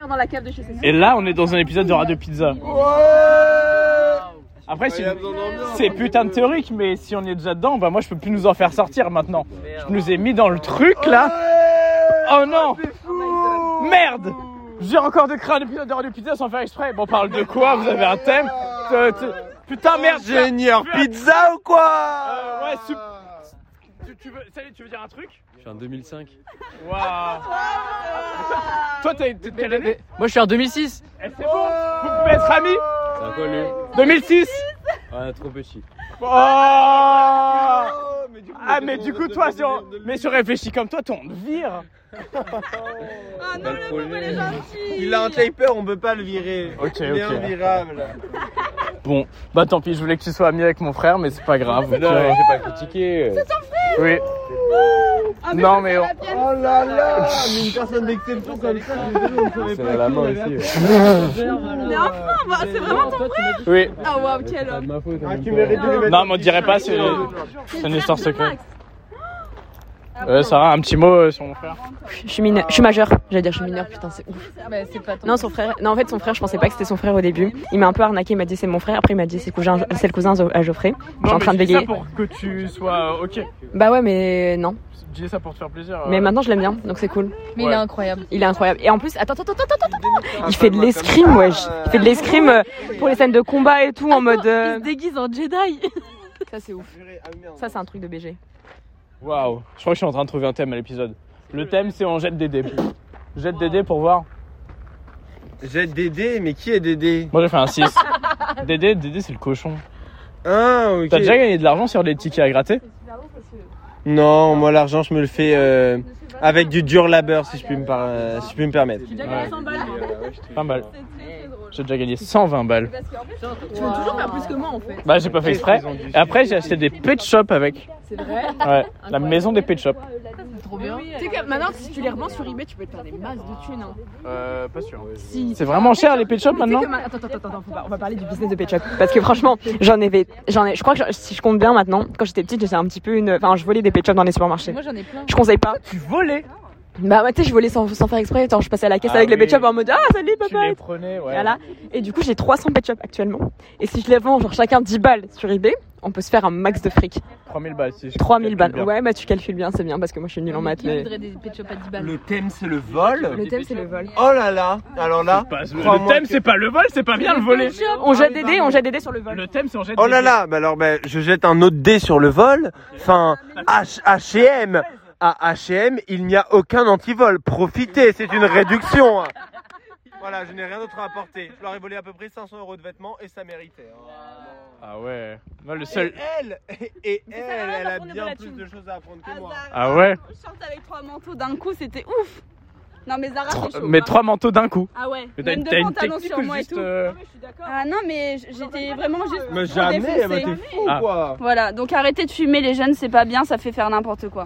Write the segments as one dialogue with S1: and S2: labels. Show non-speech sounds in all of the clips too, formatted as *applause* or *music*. S1: Dans la cave de chez Cécile.
S2: Et là, on est dans un épisode de Radio Pizza. Après, c'est, c'est putain de théorique, mais si on est déjà dedans, bah moi je peux plus nous en faire sortir maintenant. Je nous ai mis dans le truc là. Oh non Merde J'ai encore de créer un épisode de Radio Pizza sans faire exprès. Bon, on parle de quoi Vous avez un thème Euh, t- Putain, merde
S3: Ingénieur
S2: tu-
S3: pizza ou quoi
S2: Euh, ouais, sup- tu, tu veux... Salut, tu veux dire un truc
S4: Je suis en 2005.
S2: Waouh Toi, t'es t'es de quelle année
S4: Moi, je suis en 2006.
S2: Eh, C'est bon Vous pouvez être amis
S4: C'est inconnu.
S2: 2006
S4: Ouais, Ah, trop petit.
S2: Oh Ah mais du coup toi si on... mais si on réfléchit comme toi toi on te vire
S1: Ah
S4: Pas
S1: non,
S4: le
S1: le pauvre, il est
S4: problème.
S1: gentil.
S3: Il a un taper, on peut pas le virer.
S2: Ok
S3: Il est invirable.
S2: Bon bah tant pis je voulais que tu sois ami avec mon frère mais c'est pas grave
S4: Non, j'ai pas critiqué.
S2: Oui
S1: Ah, mais
S2: Non,
S1: je
S2: mais
S1: vais
S2: on-
S1: faire la pièce.
S3: Oh là là Mais une personne d'exception comme ça, je suis désolé, on savait
S4: C'est
S3: pas.
S4: la
S3: qui
S4: main
S3: il avait
S4: aussi.
S1: Mais enfin, bah, c'est vraiment ton frère.
S2: Oui
S1: Ah waouh, quel homme.
S4: ma faute. hein.
S3: Ah, tu mérites de les mettre
S2: Non mais on dirait pas c'est Euh,
S1: C'est
S2: une
S1: le
S2: histoire
S1: frère de
S2: secrète.
S1: Max.
S2: euh, Sarah un petit mot euh, sur mon frère
S5: Je suis mineure, je suis majeure. J'allais dire je suis mineure, putain, c'est ouf.
S1: Mais c'est pas ton
S5: Non, son frère. Non, en fait, son frère, je pensais pas que c'était son frère au début. Il m'a un peu arnaqué, il m'a dit c'est mon frère. Après, il m'a dit c'est le cousin, c'est le cousin à Geoffrey. Je suis en train de
S2: je dis ça
S5: bégayer.
S2: pour que tu sois euh, ok
S5: Bah ouais, mais non.
S2: je dis ça pour te faire plaisir euh.
S5: Mais maintenant, je l'aime bien, donc c'est cool.
S6: Mais
S2: Ouais.
S6: il est incroyable.
S5: Il est incroyable. Et en plus, attends, attends, attends, attends, attends.
S3: Ah,
S5: Il fait de
S3: moi, comme
S5: l'escrime,
S3: ça.
S5: wesh. Il fait de l'escrime euh, pour les scènes de combat et tout en mode. euh,
S6: Il se déguise en Jedi.
S5: Ça, c'est ouf.
S3: Ah, merde.
S5: Ça, c'est un truc de BG.
S2: Waouh je crois que je suis en train de trouver un thème à l'épisode le thème c'est on jette des dés jette des dés pour voir
S3: J'ai Dédé, mais qui est Dédé
S2: moi j'ai fait un 6 Dédé Dédé c'est le cochon
S3: Ah, ok.
S2: t'as déjà gagné de l'argent sur des tickets à gratter
S3: Non, moi l'argent je me le fais euh, avec du dur labeur si je puis me, par- euh, si je puis me permettre.
S1: Tu dois
S2: Ouais.
S1: gagner 100 balles.
S2: pas mal
S1: C'est très, très drôle.
S2: J'ai déjà gagné 120 balles.
S1: Parce qu'en fait, tu veux toujours faire plus que moi en fait.
S2: Bah j'ai pas fait exprès. Et après j'ai acheté des pet shops avec.
S1: C'est vrai.
S2: Ouais, la maison des pet shops.
S1: euh,
S6: Trop bien.
S1: Tu sais que maintenant, si tu les revends sur eBay, tu peux te faire des masses de thunes. hein.
S2: Euh, pas sûr.
S6: Si.
S2: C'est vraiment cher les pet shops
S1: Tu sais
S2: maintenant
S1: que ma- Attends, attends, attends, attends, faut pas- on va parler du business.
S5: business de Pet Shop. Parce que franchement, j'en avais, j'en ai, je crois que j'en- si je compte bien maintenant, quand j'étais petite, j'étais un petit peu une, enfin, je volais des Pet Shop dans les supermarchés.
S6: Moi j'en ai plein.
S5: Je conseille pas.
S2: Tu volais
S5: Bah, ouais, tu sais, je volais sans, sans faire exprès. Genre, je passais à la caisse
S2: Ah
S5: avec les
S2: oui.
S5: Pet Shop en mode, ah, salut,
S2: Tu
S5: papa.
S2: les prenais, ouais.
S5: Voilà. Et du coup, j'ai 300 Pet Shop actuellement. Et si je les vends, genre, chacun 10 balles sur eBay, on peut se faire un max de fric.
S2: 3000 balles si je
S5: 3000 balles.
S2: calcule bien.
S5: Ouais, bah, tu calcules bien, c'est bien, parce que moi, je suis nulle en maths,
S6: Qui
S5: mais.
S6: voudrait des pet shops à 10 balles
S3: Le thème c'est le vol.
S5: Le thème, c'est le vol.
S3: Oh là là Alors là,
S2: Pas- le
S3: Crois-moi
S2: thème
S3: que-
S2: c'est pas le vol, c'est pas bien le voler.
S6: Pet shop.
S5: On jette des dés, on jette des dés sur le vol.
S2: Le thème c'est on jette
S3: oh
S2: des
S3: là
S2: dés.
S3: là bah Alors bah, je jette un autre dé sur le vol. Enfin, H- H&M À H&M, il n'y a aucun antivol. Profitez, c'est une réduction. hein. Voilà, je n'ai rien d'autre à apporter. Je leur ai volé à peu près 500 euros de vêtements et ça méritait. hein.
S2: Ah ouais. Moi le seul.
S3: Et elle, et elle,
S5: ça va,
S3: elle a
S5: on est
S3: bien
S5: dans la
S3: plus
S5: thune.
S3: de choses à apprendre que moi.
S6: bah,
S2: Ah ouais.
S1: Je sortais avec trois manteaux d'un coup, c'était ouf. Non mais Zara, c'est chaud.
S2: Mais
S1: hein.
S2: trois manteaux d'un coup.
S1: Ah ouais.
S2: Mais
S1: Même deux pantalons sur moi et
S2: juste,
S1: tout.
S2: euh,
S1: Ah non mais j- j'étais vraiment
S6: euh.
S1: juste.
S3: Mais
S1: trop
S3: jamais, bah,
S1: défoncée.
S3: t'es fou
S2: Ah.
S3: quoi
S1: Voilà, donc arrêtez de fumer les jeunes, c'est pas bien, ça fait faire n'importe quoi.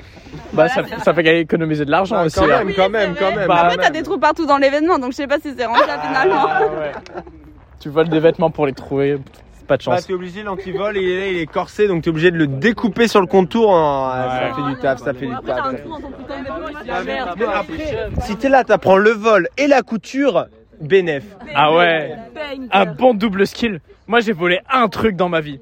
S2: Bah ça, ça fait gagner- économiser de l'argent
S3: Ah,
S2: aussi. hein.
S3: quand
S2: là.
S3: même, quand même, quand même.
S2: Bah,
S1: Après t'as des trous partout dans l'événement, donc je sais pas si c'est rentable finalement.
S2: Ah ouais. Tu voles des vêtements pour les trouver. Pas de
S3: Bah,
S2: chance.
S3: t'es obligé, l'antivol, il est là, il est corsé, donc t'es obligé de le découper sur le contour. hein. Ah,
S2: Ouais.
S3: Ça fait du taf, ça fait du
S1: Après t'as
S3: taf.
S1: un trou dans ton putain de vêtement, c'est
S3: Ah,
S1: la
S3: merde.
S1: merde.
S3: Mais après, si t'es là, t'apprends le vol et la couture, bénéf.
S2: Ah ouais.
S1: Bang.
S2: un bon double skill. Moi, j'ai volé un truc dans ma vie.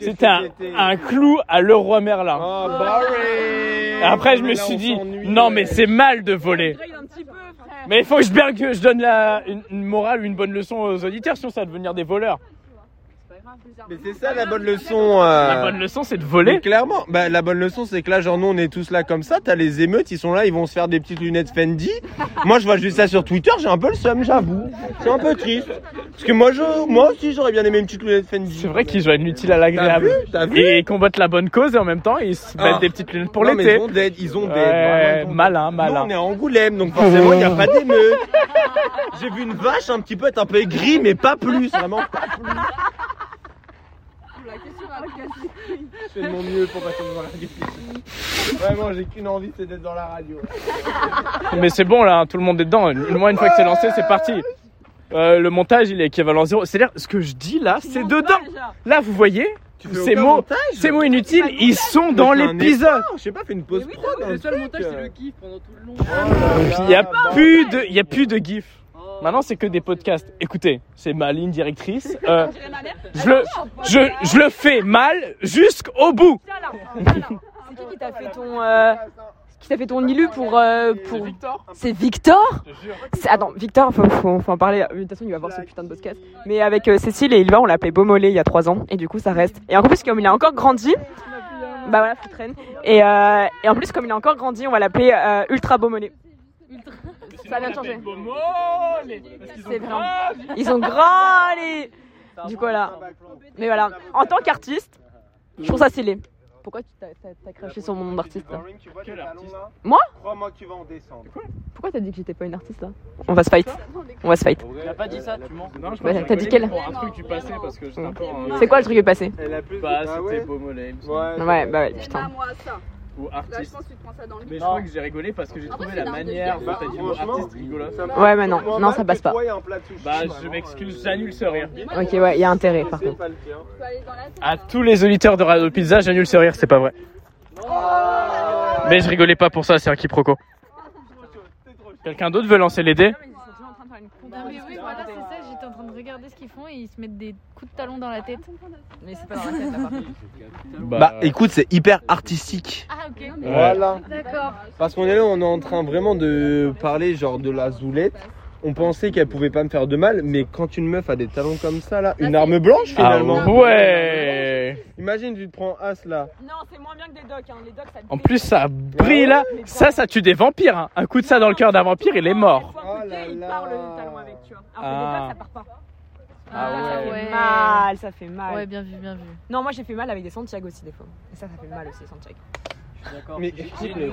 S2: C'était un, un clou à Leroy Merlin.
S3: Oh, boring
S2: Après, je me suis dit, non, mais c'est mal de voler.
S1: Grille un petit peu, frère.
S2: Mais il faut que je, bien que je donne la, une, une morale, une bonne leçon aux auditeurs, sinon ça va devenir des voleurs.
S3: Mais c'est ça la bonne leçon. euh.
S2: La bonne leçon, c'est de
S3: Mais
S2: voler.
S3: clairement, bah, la bonne leçon c'est que là, genre nous on est tous là comme ça, t'as les émeutes, ils sont là, ils vont se faire des petites lunettes Fendi. moi je vois juste ça sur Twitter, j'ai un peu le seum, j'avoue. C'est un peu triste. Parce que moi, je, moi aussi j'aurais bien aimé une petite lunette Fendi.
S2: C'est vrai qu'ils jouent à l'utile à
S3: euh, T'as vu
S2: l'agréable.
S3: T'as vu
S2: Et ils combattent la bonne cause et en même temps, ils se mettent
S3: Ah.
S2: des petites lunettes pour
S3: Non, mais
S2: l'été.
S3: Ils ont d'aide, ils ont d'aide. vraiment,
S2: Ouais,
S3: ils ont d'aide.
S2: malin,
S3: Nous,
S2: malin.
S3: on est à Angoulême, donc forcément, il n'y a pas d'émeute. *laughs* J'ai vu une vache un petit peu être un peu aigrie, mais pas plus, vraiment pas plus. Je fais de mon mieux pour pas tomber dans la Vraiment, j'ai qu'une envie, c'est d'être dans la radio.
S2: Mais c'est bon là, hein, tout le monde est dedans. Moi, une fois que c'est lancé, c'est parti. Euh, le montage, il est équivalent à zéro. C'est-à-dire, ce que je dis là, c'est dedans. Là, vous voyez,
S3: fais
S2: ces
S3: aucun
S2: mots,
S3: montage
S2: ces mots inutiles, ils sont dans
S3: Mais fais un
S2: l'épisode.
S3: effort, Je sais pas, fais une pause pro.
S6: Le seul montage c'est le kiff pendant tout le long.
S2: Il y a plus de, il y a plus de gif. Maintenant, c'est que des podcasts. Écoutez, c'est ma ligne directrice. Euh,
S1: dirait ma mère.
S2: je, le, je, je le fais mal jusqu'au bout.
S1: Tiens là, tiens là.
S5: C'est qui qui t'a fait ton. euh, Qui t'a fait ton ilu pour. euh, pour...
S2: Victor,
S5: C'est Victor
S2: je te jure.
S5: C'est- Attends, Victor, faut, faut, faut en parler. De toute façon, il va voir ce putain de podcast. Mais avec euh, Cécile et Ylva, on l'appelait Beaumolet il y a 3 ans. Et du coup, ça reste. Et en plus, comme il a encore grandi. Bah voilà, il traîne. Et, euh, et en plus, comme il a encore grandi, on va l'appeler euh, Ultra Beaumolet. Ça a bien changé. C'est vrai. Ils ont grand les. Du coup, voilà. Mais voilà, en tant qu'artiste, je trouve ça stylé. Pourquoi tu t'as- t'as t'as craché sur mon nom d'artiste là
S3: Corinne, tu vois
S2: Quel
S3: tes talons,
S2: artiste
S3: là
S5: Moi
S3: Crois-moi que tu vas en descendre.
S5: Pourquoi t'as dit que j'étais pas une artiste là On va se fight. On va se fight.
S4: Il a pas dit ça, tu mens.
S2: Non, je
S5: Bah,
S2: pense que
S5: t'as dit
S2: je
S5: quel
S2: connais pour Un truc du passé parce que j'étais un peu en-
S5: C'est quoi le truc qui est passé
S3: Elle a plus de-
S2: Bah,
S3: Ah
S2: c'était
S3: ouais
S4: beau mollet.
S3: Ouais.
S5: Ouais, bah ouais,
S1: C'est
S5: putain.
S1: pas moi ça.
S5: Bah,
S2: Ou
S1: Là, je
S2: artiste.
S1: pense que tu te prends ça dans le
S2: Mais je
S1: cul.
S2: crois que j'ai rigolé parce que j'ai
S1: Après,
S2: trouvé
S1: c'est
S2: la
S1: l'art de
S2: manière dont
S1: guerre.
S2: t'as dit
S3: Bah,
S2: le mot
S3: franchement,
S2: artiste rigolo.
S3: Ça me-
S5: Ouais, mais non,
S3: Moi,
S5: non,
S3: mal
S5: ça
S3: que
S5: passe pas.
S3: toi, il y a un plat de sushi,
S2: Bah, je
S3: vraiment,
S2: m'excuse,
S3: euh,
S2: j'annule ce rire.
S1: Moi,
S5: Ok, ouais, il y a intérêt par
S3: C'est
S5: contre.
S3: pas le tien.
S1: je peux aller dans la salle,
S2: À
S1: hein.
S2: tous les auditeurs de Radio Pizza, j'annule ce rire, c'est pas vrai. Mais je rigolais pas pour ça, c'est un quiproquo. Quelqu'un d'autre veut lancer les dés
S6: Non, mais oui, voilà, c'est ça. J'étais en train de regarder ce qu'ils font et ils se mettent des coups de talon dans la tête.
S5: Mais c'est pas dans la tête là
S3: Bah, écoute, c'est hyper artistique.
S6: Ah, ok.
S3: Voilà.
S6: D'accord.
S3: Parce qu'on est là, on est en train vraiment de parler genre de la zoulette. On pensait qu'elle pouvait pas me faire de mal, mais quand une meuf a des talons comme ça là, une
S6: Ah,
S3: arme blanche finalement.
S2: Ah ouais
S3: Imagine, tu te prends as là.
S5: Non, c'est moins bien que des docs. Hein. Les docs ça
S2: En plus, ça brille là Ça, ça tue des vampires. hein. Un coup de ça dans le cœur d'un vampire, il est mort.
S3: Oh là
S5: il
S3: là.
S5: part le talon avec, tu vois. Alors que les
S2: Ah.
S5: docs ça part pas.
S2: Ah
S5: ça fait
S6: ouais.
S5: mal, ça fait mal.
S6: Ouais, bien vu, bien vu.
S5: Non, moi j'ai fait mal avec des Santiago aussi des fois. Et ça, ça fait mal aussi, Santiago.
S3: Mais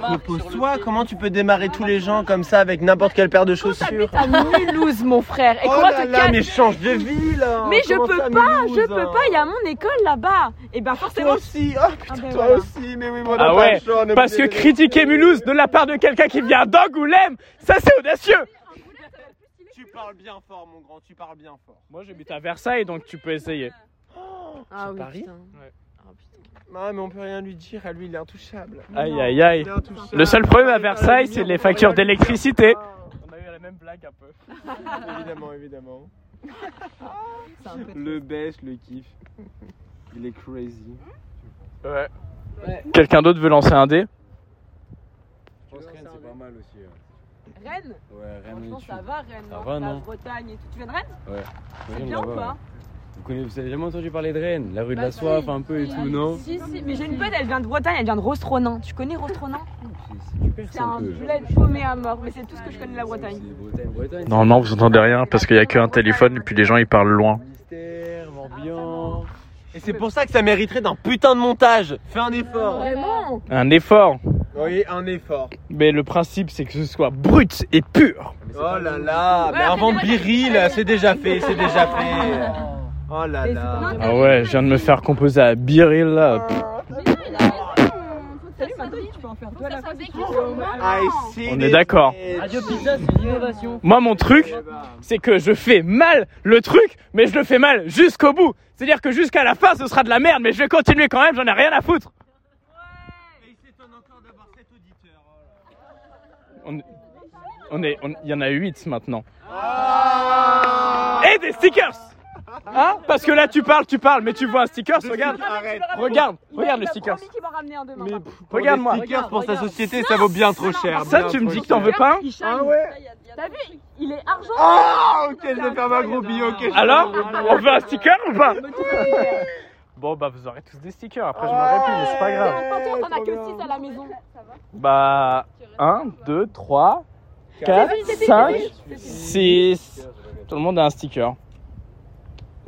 S3: repose-toi, comment tu peux démarrer tous les gens comme ça avec n'importe quelle paire de chaussures
S5: À Mulhouse, mon frère. Et
S3: Oh
S5: comment
S3: là
S5: te
S3: là,
S5: calmer
S3: mais change de vie là
S5: Mais je
S3: Comment
S5: peux
S3: ça,
S5: pas,
S3: Mulhouse hein.
S5: je peux pas, il y a mon école là-bas. Et ben
S3: Toi
S5: forcément.
S3: aussi, oh putain,
S5: Ah ben
S3: toi
S5: voilà.
S3: aussi, mais oui, moi
S2: Ah ouais, Parce que critiquer Mulhouse de la part de quelqu'un qui vient d'Angoulême, ça c'est audacieux
S3: Tu parles bien fort, mon grand, tu parles bien fort.
S2: Moi j'habite à Versailles donc tu peux essayer.
S5: Ah
S3: oui, Paris
S5: putain.
S3: Non, mais on peut rien lui dire, à lui, il est intouchable.
S2: Aïe aïe aïe.
S3: Il est intouchable.
S2: Le seul problème à Versailles, c'est les factures d'électricité. On a eu la même blague un peu.
S3: Évidemment, évidemment. Le baisse, le kiff. Il est crazy.
S2: Ouais. Quelqu'un d'autre veut lancer un dé
S4: Je pense que Rennes, c'est pas mal aussi. ouais.
S5: Rennes
S4: Ouais, Rennes,
S5: Franchement,
S4: on est
S5: ça va, Rennes.
S4: Ça
S5: hein,
S4: va,
S5: la
S4: non
S5: Bretagne et tout. Tu viens de Rennes
S4: Ouais,
S5: C'est
S4: on
S5: bien
S4: va,
S5: ou pas
S4: ouais. Vous, connaissez, vous avez jamais entendu parler de Rennes La rue de
S5: Bah,
S4: la
S5: si.
S4: soif, un peu et tout, non
S5: Si, si, mais j'ai une pote, elle vient de Bretagne, elle vient de Rostronin. Tu connais Rostronin
S4: C'est super
S5: C'est
S4: ça
S5: un
S4: un peu.
S5: bled paumé à mort, mais c'est tout ce que je connais de la Bretagne.
S4: C'est Bretagne, Bretagne.
S2: Normalement vous entendez rien parce qu'il n'y a qu'un téléphone et puis les gens ils parlent loin.
S4: Mystère,
S5: Ah,
S4: Morbihan.
S3: Et c'est pour ça que ça mériterait d'un putain de montage. Fais un effort.
S5: Vraiment
S2: Un effort.
S3: Oui, un effort.
S2: Mais le principe c'est que ce soit brut et pur.
S4: Ah, Mais c'est
S3: Oh
S4: pas
S3: là
S4: bon.
S3: là, mais avant Biril, c'est déjà fait, c'est déjà fait. Oh là là.
S2: Ah ouais, je viens de me faire composer à Biril là.
S5: Salut, Madrid, tu peux en faire toi la fois.
S3: I see
S2: On
S3: this
S2: est d'accord.
S3: bitch.
S4: Pizza, c'est l'innovation.
S2: Moi mon truc, c'est que je fais mal le truc, mais je le fais mal jusqu'au bout. C'est-à-dire que jusqu'à la fin ce sera de la merde, mais je vais continuer quand même, j'en ai rien à foutre. On on est, on- il y en a 8 maintenant.
S3: Ah.
S2: Et des stickers Hein Parce que là tu parles, tu parles, mais tu vois un sticker, regarde.
S3: Arrête.
S2: Regarde, regarde le sticker.
S5: promis qu'il m'en ramenait un demain.
S3: Mais
S5: par contre.
S3: pour
S2: Regarde-moi.
S3: des stickers pour sa
S5: Regarde.
S3: société, ça vaut bien trop cher.
S2: Ça
S3: bien
S2: tu me
S3: trop
S2: dis que t'en
S3: cher.
S2: veux pas un
S5: Il shine.
S3: Ah ouais.
S5: T'as vu Il est argent. *laughs*
S3: Ah ok, je vais faire ma gros billet. Ok. je-
S2: Alors On veut un sticker ou pas Bon bah vous aurez tous des stickers, après je m'en plus, mais c'est pas grave.
S5: Attends, on a
S3: trop bien.
S5: que 6 à la maison.
S2: Bah 1, 2, 3, 4, 5, 6. Tout le monde a un sticker.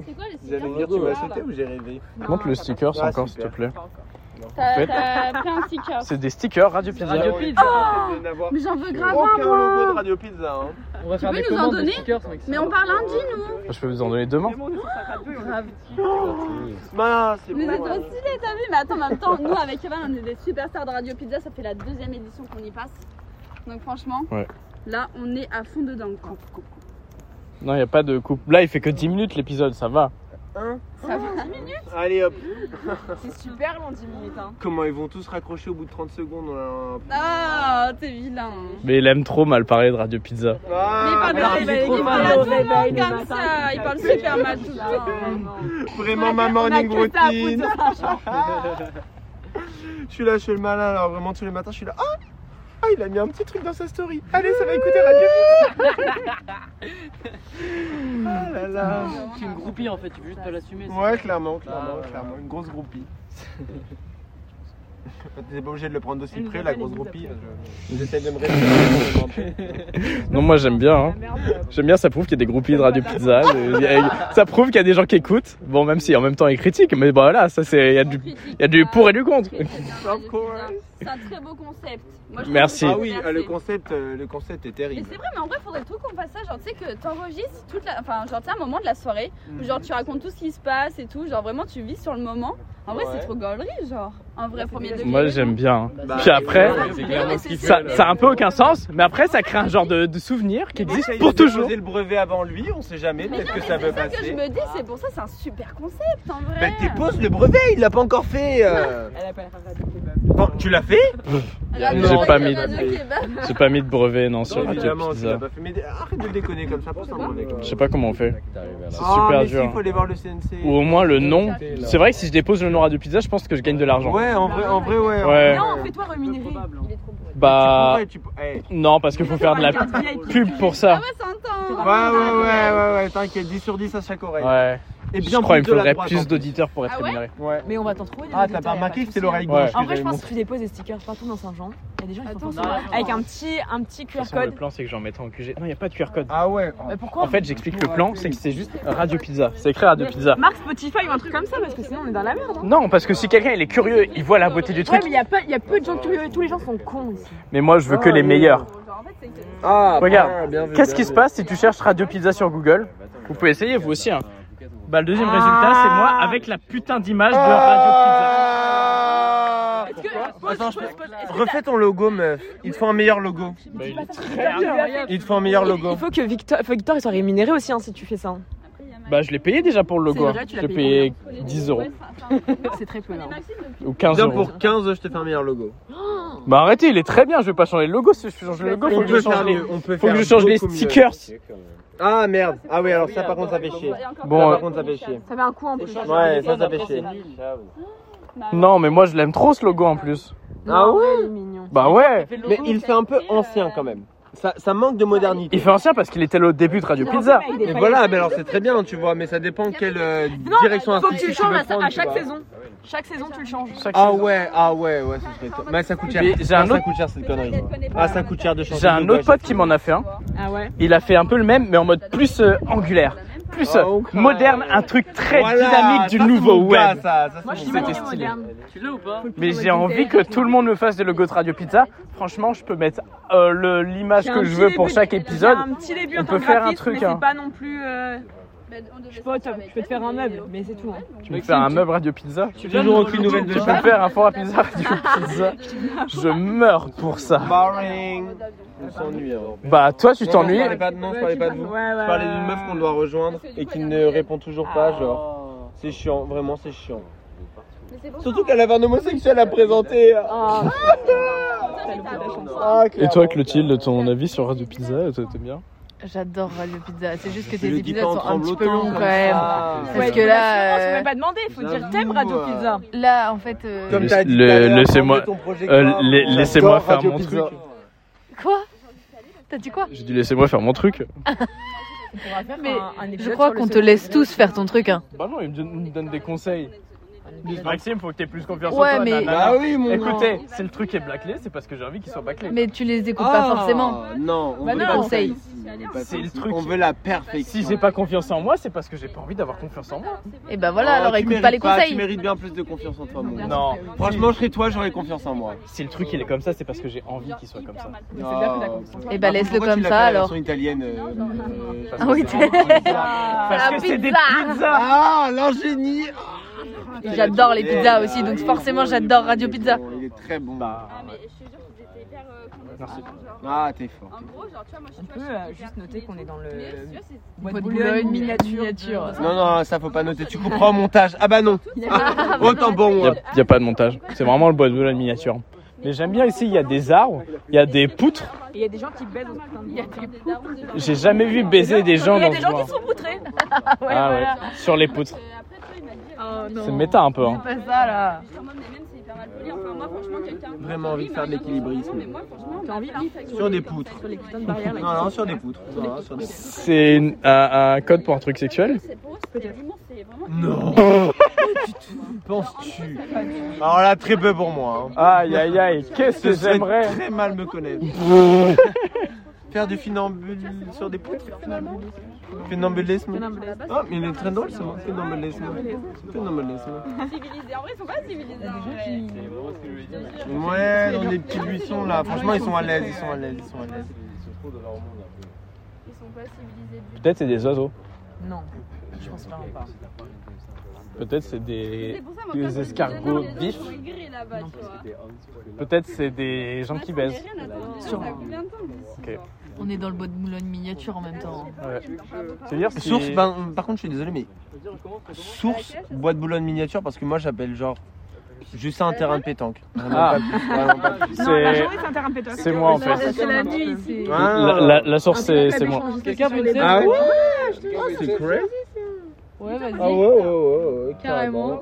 S6: C'est quoi les
S3: Vous allez
S6: stickers
S3: me dire, Ah, tu m'as sauté ou j'ai rêvé
S2: Montre le sticker
S3: Ah,
S2: encore s'il
S3: super.
S2: te plaît.
S1: Ah, T'as
S2: Ouais.
S1: Euh, t'as pris un sticker.
S2: C'est des stickers Radio Pizza.
S4: Radio
S3: Pizza.
S6: Mais j'en veux grave
S3: Aucun
S6: un, moi.
S3: logo de Radio Pizza. hein.
S4: On va faire
S6: peux
S4: des
S6: nous en
S4: commandes de
S6: donner
S4: stickers.
S6: Mais on parle lundi, nous.
S2: Je peux vous en donner demain.
S3: Bah, c'est
S1: Mais c'est
S3: bon.
S1: trop stylé, t'as vu Mais attends, en même temps, nous avec Evan, on est des superstars de Radio Pizza, ça fait la deuxième édition qu'on y passe. Donc franchement,
S2: Ouais.
S1: là, on est à fond dedans. quoi.
S2: Non, il a pas de coupe. Là, il fait que 10 minutes l'épisode, ça va.
S3: Hein
S1: Ça va 10 minutes
S3: Allez hop.
S1: C'est super long 10 minutes. Hein.
S3: Comment ils vont tous raccrocher au bout de 30 secondes on a un-
S1: Ah, t'es vilain.
S2: Mais il aime trop mal parler de Radio Pizza.
S1: Mais il
S3: Ah,
S1: parle,
S3: merde,
S1: il,
S3: j'ai trop
S1: il parle à
S3: mal.
S1: tout le monde comme ça. Il parle super mal tout le temps.
S3: Vraiment ma morning routine. Je suis là, je fais le malin, alors vraiment tous les matins, je suis là. Ah Ah, il a mis un petit truc dans sa story. Allez, ça va écouter Radio Pizza. *laughs* Ah là là.
S4: C'est une groupie en fait, tu peux juste pas l'assumer. c'est
S3: Bah, Ouais,
S4: tout.
S3: clairement, clairement,
S4: Ah, ouais.
S3: clairement. Une grosse groupie. *laughs* T'es pas obligé de le prendre d'aussi près, la grosse groupie. Je- J'essaie de me réveiller.
S2: Non, moi j'aime bien.
S5: Ah,
S2: hein. J'aime bien, ça prouve qu'il y a des groupies de Radio Pizza. euh, il y a- ça prouve qu'il y a des gens qui écotent. Bon, même si en même temps ils critiquent, mais bah voilà, ça c'est. Il y a du.
S1: Il
S2: y a du pour et du contre.
S3: Of course.
S1: C'est un très beau concept. Moi, je trouve
S2: Merci.
S1: que
S3: Ah
S1: c'est
S3: oui,
S1: assez.
S3: ah, le concept, euh, le concept est
S1: Mais
S3: terrible.
S1: c'est vrai, mais en vrai, faudrait trop qu'on fasse ça. Genre, tu sais que t'enregistres toute la. Enfin, genre, tu sais, un moment de la soirée où, genre, tu racontes tout ce qui se passe et tout. Genre, vraiment, tu vis sur le moment. En vrai,
S3: Ouais.
S1: c'est trop gaulerie, genre. En vrai,
S2: Bah,
S1: premier degré.
S2: Moi j'aime bien. hein.
S3: Bah,
S2: Puis après,
S1: c'est clairement ce qu'il fait,
S2: ça,
S1: là.
S2: ça a un peu aucun sens, mais après ça crée un genre de, de souvenir qui
S3: On
S2: existe
S3: essaye
S2: pour
S3: de déposer
S2: toujours.
S3: le brevet avant lui, on sait jamais,
S1: Mais non,
S3: peut-être que
S1: mais
S3: ça
S1: c'est
S3: peut
S1: ça que
S3: passer.
S1: je me dis, c'est pour ça, c'est un super concept en vrai.
S3: Bah dépose le brevet, il l'a pas encore fait. euh. Bon, tu l'as fait
S1: Radio
S2: J'ai pas mis.
S1: Kebab, Radio Kebab.
S2: J'ai pas mis de brevet non sur
S3: Non,
S2: Radio
S3: évidemment, tu
S2: Pizza.
S3: l'as pas fait. Mais arrête de déconner comme ça, pense à un brevet comme
S2: Je
S3: ça.
S2: sais pas comment on fait.
S4: T'arrives à
S2: C'est
S4: la-
S3: Ah,
S2: super
S3: mais si,
S2: dur.
S3: faut aller voir le CNC.
S2: Ou au moins le nom. C'est vrai que si je dépose le nom Radio Pizza, je pense que je gagne de l'argent.
S3: Ouais, en vrai, en vrai, ouais. en
S2: Ouais.
S3: vrai,
S5: Non, fais-toi rémunérer.
S2: Bah.
S3: Tu pourrais, tu- eh.
S2: Non, parce qu'il faut faire de la pub pour
S1: Ah
S2: ça.
S1: ouais, ça entend.
S3: Ouais, ouais, ouais, ouais, ouais, t'inquiète, 10 sur 10 à chaque oreille.
S2: Ouais.
S3: Et
S2: Ah, Je
S3: bien
S2: crois qu'il
S3: plus de
S2: me
S3: la
S2: faudrait
S3: droite, hein. en
S2: plus d'auditeurs pour être
S1: Ah ouais
S2: rémunéré.
S3: Ouais.
S5: Mais on va t'en trouver des
S3: Ah, t'as
S5: auditeurs,
S3: pas
S5: y a de
S3: remarqué que c'est
S5: souci,
S3: l'oreille
S5: hein.
S2: Ouais.
S3: gauche
S5: En vrai, je pense que tu déposes des stickers partout dans Saint-Jean. Il y a des gens qui font
S1: Attends,
S5: ça.
S1: ça va.
S5: Avec un petit, un petit QR
S2: façon,
S5: code.
S2: Le plan, c'est que j'en mettrai en QG. Non, il n'y a pas de QR code.
S3: Ah *laughs* ouais.
S5: Mais pourquoi
S2: En fait, j'explique le plan, c'est que c'est juste Radio Pizza. C'est écrit Radio Pizza.
S5: Marc Spotify ou un truc comme ça parce que sinon on est dans la
S2: *laughs*
S5: merde. hein.
S2: Non, parce que si quelqu'un il est curieux, il voit la beauté du
S5: Ouais,
S2: truc.
S5: mais il y, a pas- y a peu de gens curieux et tous les gens sont cons ici.
S2: Mais moi, je veux que
S3: Ah,
S2: les
S3: oui.
S2: meilleurs.
S1: Genre, en fait, c'est que-
S3: Ah,
S2: Regarde,
S3: bien vu,
S2: Qu'est-ce
S3: bien
S2: qui
S3: vu.
S2: se passe si tu cherches Radio Pizza sur Google Vous pouvez essayer vous aussi. hein. Bah, le deuxième résultat, c'est moi avec la putain d'image de Radio Pizza.
S3: Ah Attends, je peux- Refais ton logo, meuf. Il te faut un meilleur logo.
S2: Bah, il est très
S3: Il te faut un meilleur
S5: Il
S3: logo.
S5: faut que Victor, faut que Victor il soit rémunéré aussi hein, si tu fais ça. hein.
S1: Après, il y a Max-
S2: Bah, je l'ai payé déjà pour le logo.
S5: C'est
S2: hein.
S5: vrai, tu
S2: Je
S5: l'as
S2: l'ai
S5: payé
S2: payé
S1: combien
S2: 10 euros
S5: C'est très peu. hein.
S2: ou 15
S3: Viens
S2: euros.
S3: pour 15, je te fais un meilleur logo.
S2: Bah, arrêtez, il est très bien. Je vais pas changer le logo. Si je change le logo, faut que je change les,
S3: on peut
S2: faut que je
S3: faire
S2: change les
S3: beaucoup mieux.
S2: stickers.
S3: Ah merde. Ah oui, alors ça par contre ça fait chier.
S1: Et encore-
S2: Bon,
S3: Ça
S2: euh,
S3: par contre ça fait chier.
S5: Ça fait un coup en plus.
S3: Ouais, ça ça fait chier.
S1: Bah,
S2: Non, mais moi, je l'aime trop ce logo en plus.
S3: Ah ouais
S5: il est mignon.
S2: Bah, ouais.
S3: Mais il fait un peu
S1: euh,
S3: ancien quand même. Ça, ça manque de modernité.
S2: Il fait ancien parce qu'il était là au début de Radio Pizza.
S5: Il est
S3: Et
S5: pas-
S3: voilà, mais alors c'est très bien, tu vois, mais ça dépend quelle euh, direction
S5: Faut que
S3: artistique
S5: tu le changes
S3: veux
S5: à,
S3: prendre,
S5: à
S3: tu
S5: chaque
S3: vois.
S5: saison. Chaque saison tu le changes.
S2: Chaque
S3: Ah
S2: saison.
S3: ouais, ah ouais, ouais, ça serait top. Mais ça coûte cher.
S2: Mais j'ai un
S3: Ah, Ça
S2: autre-
S3: coûte cher cette connerie.
S1: elle connaît pas
S3: Ah,
S1: la
S3: ça
S1: méthode.
S3: coûte cher de changer.
S2: J'ai un
S3: de
S2: autre
S3: gauche.
S2: pote qui m'en a fait un.
S5: Ah ouais.
S2: Il a fait un peu le même, mais en mode plus euh, angulaire, plus euh,
S3: Ok.
S2: moderne, un truc très
S3: Oh, Voilà,
S2: dynamique du
S3: ça, c'est
S2: nouveau
S3: mon gars,
S2: web.
S3: ça, ça, c'est
S5: Moi je
S3: mon
S5: suis
S3: gars.
S5: moderne.
S2: stylé.
S5: moderne.
S4: Tu l'as ou pas
S2: Mais j'ai envie que tout le monde me fasse des logos de Radio Pizza. Franchement, je peux mettre euh, le- l'image
S5: J'ai un
S2: que je
S5: petit
S2: veux pour
S5: début.
S2: chaque
S5: Il y a
S2: épisode.
S5: un petit début
S2: on
S5: en tant
S2: peut
S5: que
S2: faire un
S5: graphiste,
S2: truc,
S5: mais
S2: hein.
S5: c'est pas non plus. euh,
S1: Bah, on devait
S5: Je sais pas,
S1: sortir
S5: tu
S1: avec
S5: peux te
S1: elle,
S5: faire un
S1: mais
S5: meuble,
S1: aucune
S5: mais c'est tout, hein.
S2: Tu peux me faire un meuble Radio Pizza
S4: Tu
S3: Toujours aucune nouvelle de
S2: Je peux
S3: ça.
S2: faire un fort à pizza Radio Pizza Je meurs pour ça.
S3: Boring. On s'ennuie. alors.
S2: Bah toi, tu
S3: Non,
S2: t'ennuies
S3: je parlais pas de- Non, je parlais pas de vous.
S5: Ouais, ouais,
S3: Je parlais d'une meuf qu'on doit rejoindre et qui ne répond toujours
S4: Ah.
S3: pas, genre. C'est chiant, vraiment, c'est chiant.
S1: Mais c'est bon,
S3: Surtout qu'elle avait un homosexuel à présenter.
S5: Ah.
S1: ça, j'étais à la chance.
S3: Ah,
S2: Et toi, Clotilde, ton avis sur Radio Pizza, t'aimes bien
S6: J'adore Radio Pizza, c'est juste que
S3: Je
S6: tes
S3: le dis
S6: épisodes
S3: pas en
S6: sont un petit peu
S3: tremblotant,
S6: longs
S3: comme
S6: quand même.
S3: ça.
S6: Parce
S5: Ouais,
S6: que là,
S5: on peut
S6: euh,
S5: même pas demander, il faut dire
S3: j'avoue,
S5: t'aimes Radio
S3: euh,
S5: Pizza.
S6: Là, en fait. euh,
S3: Comme t'as dit
S2: Le-
S3: tout à l'heure,
S2: laissez-moi-
S3: prends ton projecteur,
S2: euh, la-
S3: on
S2: laissez-moi
S3: adore
S2: faire
S3: Radio
S2: mon
S3: Pizza.
S2: truc.
S6: Quoi T'as dit quoi
S2: J'ai dit laissez-moi faire mon truc.
S6: Mais je crois qu'on te laisse tous faire ton truc. Hein.
S2: Bah non, il me donne, il me donne des conseils. Maxime, faut que t'aies plus confiance
S6: Ouais,
S2: en toi.
S6: mais-
S2: nanana.
S3: Bah oui, mon
S2: Écoutez, si le truc est blacklé, c'est parce que j'ai envie qu'il soit blacklé.
S6: Mais tu les écoutes
S3: grand.
S6: pas forcément.
S3: Ah, Non, on
S6: Bah
S3: veut
S6: non.
S3: pas
S6: Conseil.
S3: ça ici, on veut pas ça
S2: C'est le
S3: ici.
S2: truc.
S3: On veut la perfection.
S2: Si j'ai pas confiance en moi, c'est parce que j'ai pas envie d'avoir confiance en moi.
S6: Et bah voilà, alors
S3: Oh, tu
S6: écoute pas
S3: mérites
S6: les
S3: Tu
S6: conseils.
S3: mérites bien plus de confiance en toi, mon gars.
S2: Non.
S3: Franchement, je serais toi, j'aurais confiance en moi.
S2: Si le truc il est comme ça, c'est parce que j'ai envie qu'il soit comme ça.
S6: Eh ben, laisse-le
S3: Ah. Pourquoi tu
S6: comme ça,
S3: l'as fait à la
S6: alors.
S3: version italienne. euh, euh,
S2: Parce
S6: Ah
S2: que
S6: oui,
S2: c'est des pizzas.
S6: Ah,
S2: Parce que c'est des pizzas.
S3: Ah, l'ingénie
S6: Et J'adore les pizzas aussi, donc forcément j'adore Radio Pizza.
S3: Il est très bon.
S1: Ah, mais je te jure que j'étais hyper. euh, contente.
S2: Merci.
S3: Ah, t'es fort.
S1: En gros, genre, tu vois, moi
S7: On
S1: je suis
S7: peut euh, juste noter qu'on est dans le
S1: le.
S7: bois
S6: Bois
S7: de
S6: de
S7: Boulogne
S6: Boulogne,
S7: miniature.
S6: miniature.
S7: de-
S3: Non, non, ça faut pas noter. Tu comprends au montage. Ah bah non. Autant bon.
S2: Il n'y a, pas de montage. C'est vraiment le bois de la miniature. Mais j'aime bien ici, il y a des arbres, il y a des poutres.
S7: Et il y a des gens qui baisent au putain de
S1: Il y a
S7: bois.
S1: des darons, des gens-
S2: J'ai jamais vu baiser des gens
S7: Il y a
S2: dans
S7: des
S2: ce
S7: gens
S2: bois.
S7: qui sont poutrés.
S2: Ah ouais, sur les poutres.
S1: Euh, Après, toi, il m'a dit.
S7: Oh non.
S2: C'est méta un peu. hein.
S6: C'est pas ça là.
S1: Juste en mode, mais même c'est hyper mal poli. Enfin, moi, franchement, quelqu'un.
S3: Vraiment envie de faire de
S1: Oui, mais
S3: l'équilibrisme.
S1: non, mais moi, franchement, on
S7: T'as envie,
S1: m'a fait un truc
S3: Sur des
S1: comme ça,
S3: poutres.
S1: sur les putains de
S7: barrières, là.
S3: Non, non, sur des poutres. Non, sur des poutres.
S2: C'est une- un, un code pour un truc sexuel
S1: C'est pour eux, c'est l'humour, c'est vraiment.
S3: Non. *laughs* Penses-tu Alors là, très peu pour moi. hein.
S2: Aïe aïe aïe, qu'est-ce
S3: Ce
S2: que
S3: serait
S2: j'aimerais
S3: très mal me *laughs* connaître. Faire du finambule sur des poutres finalement Finambulisme. Ah, mais il est très drôle ce mot. Finambulisme. Finambulisme.
S1: Civilisés. En vrai, ils sont pas civilisés. en vrai.
S3: Ouais, dans les petits buissons là. Franchement, ils sont à l'aise. Ils sont à l'aise. Ils sont à l'aise.
S1: Ils sont pas civilisés. du tout.
S2: Peut-être c'est des oiseaux.
S7: Non, je pense vraiment pas.
S2: Peut-être c'est des.
S1: C'est pour ça, moi,
S2: Des
S1: quand je me
S2: escargots
S1: disais, non, les autres,
S2: vifs.
S1: ils sont aigris là-bas, tu vois.
S2: Peut-être c'est des gens qui
S1: Attends,
S2: baisent.
S1: mais rien, attends, mais
S7: Sûrement.
S1: ça a combien de temps, d'ici,
S2: Ok.
S1: genre
S6: On est dans le bois de Boulogne miniature en même temps.
S2: Ouais.
S1: Enfin,
S2: C'est-à-dire si-
S3: Source, ben, par contre, je suis désolé, mais source bois de Boulogne miniature parce que moi j'appelle genre juste ça un terrain de pétanque. Vraiment
S2: Ah.
S3: pas plus, vraiment pas plus.
S7: Non, la
S2: c'est
S7: journée, c'est un terrain pétanque.
S2: c'est moi, en fait.
S7: Ça,
S6: C'est la nuit,
S7: c'est.
S2: la, la- la source
S5: Ah,
S2: c'est c'est moi.
S4: Quelqu'un veut une
S3: Ah
S4: scène
S3: ouais, c'est crazy.
S6: Ouais, vas-y.
S2: Ah
S1: Bordeaux.
S2: Oh.
S6: Carrément.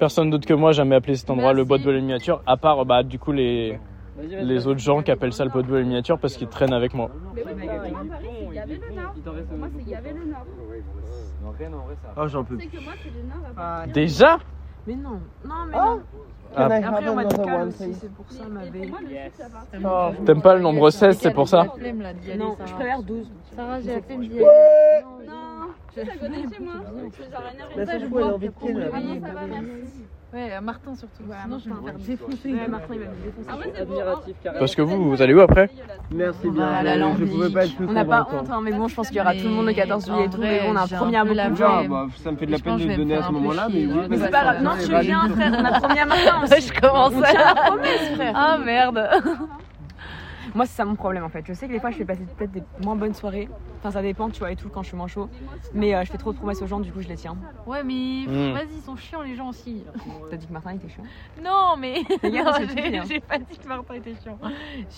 S2: Personne d'autre que moi jamais appelé cet endroit le bois de la miniature, à part bah du coup les
S4: Vas-y, vas-y.
S2: les autres gens qui appellent ça le bois de la miniature parce qu'ils traînent avec moi.
S1: Mais oui, quand tu vas à Paris, c'est qu'il y avait le Nord. Pour moi, c'est qu'il y avait le Nord.
S4: bah,
S3: Ah, j'en peux
S1: Tu sais que moi, c'est le Nord à Paris.
S7: Ah,
S2: Déjà
S7: Mais non, non, mais non.
S2: Ah.
S7: Après, on m'a dit calme aussi, c'est pour ça ma
S1: Mais pour
S7: veille.
S1: moi, le Sud, c'est à partir de-
S7: Oh.
S2: T'aimes pas le nombre 16, c'est pour ça
S6: J'ai la flemme, là, d'y aller,
S7: Non,
S6: Sarah.
S7: je préfère 12.
S6: Sarah, j'ai la flemme d'y aller.
S1: Non, ça connaît chez
S6: *laughs*
S1: moi. C'est genre une heure
S2: Bah,
S1: et
S6: Mais ça,
S1: demie.
S6: je
S1: bois.
S6: bois.
S1: Ah non, ça va, merci.
S6: Ouais, à Martin surtout.
S7: Ouais, à
S6: Sinon, je vais me
S7: Martin.
S6: faire défoncer.
S7: Ouais, Martin, il va me défoncer.
S1: Ah ouais, c'est beau. Ah,
S4: Admiratif, carrément.
S2: Parce que vous, vous allez où après
S3: Merci
S6: bien, Voilà, euh, je l'Alambic. pouvais pas être
S7: On n'a pas honte, hein, mais bon, je pense qu'il y aura tout le monde le 14 juillet et tout. Mais bon, on a un
S6: j'ai
S7: premier
S6: un
S7: à
S6: peu
S7: beaucoup
S6: la
S7: de
S6: flemme.
S7: gens.
S3: Ah, bah, ça me fait de la
S6: Je
S3: peine
S6: pense
S3: de
S6: que je
S3: le
S6: vais me
S3: donner à
S6: faire
S3: ce
S6: un peu
S3: moment-là, mais
S6: chier, hein.
S3: oui,
S6: ouais.
S3: vas-y.
S7: C'est pas grave. Non, tu viens, frère.
S3: *laughs*
S7: On a premier à Martin aussi.
S6: *laughs* Je commence
S7: On tient la promesse, frère.
S6: *laughs* Ah merde
S7: *laughs* Moi, c'est ça mon problème en fait. Je sais que des fois, je fais passer peut-être des moins bonnes soirées. Enfin, ça dépend, tu vois, et tout, quand je suis moins chaud. Mais euh, je fais trop de promesses aux gens, du coup, je les tiens.
S6: Ouais mais
S2: Hmm.
S6: vas-y ils sont chiants les gens aussi.
S7: T'as dit que Martin il était *laughs* chiant.
S6: Non mais
S7: Les gars,
S6: *laughs* Non,
S7: c'est
S6: j'ai-
S7: fini, hein.
S6: j'ai pas dit que Martin était chiant.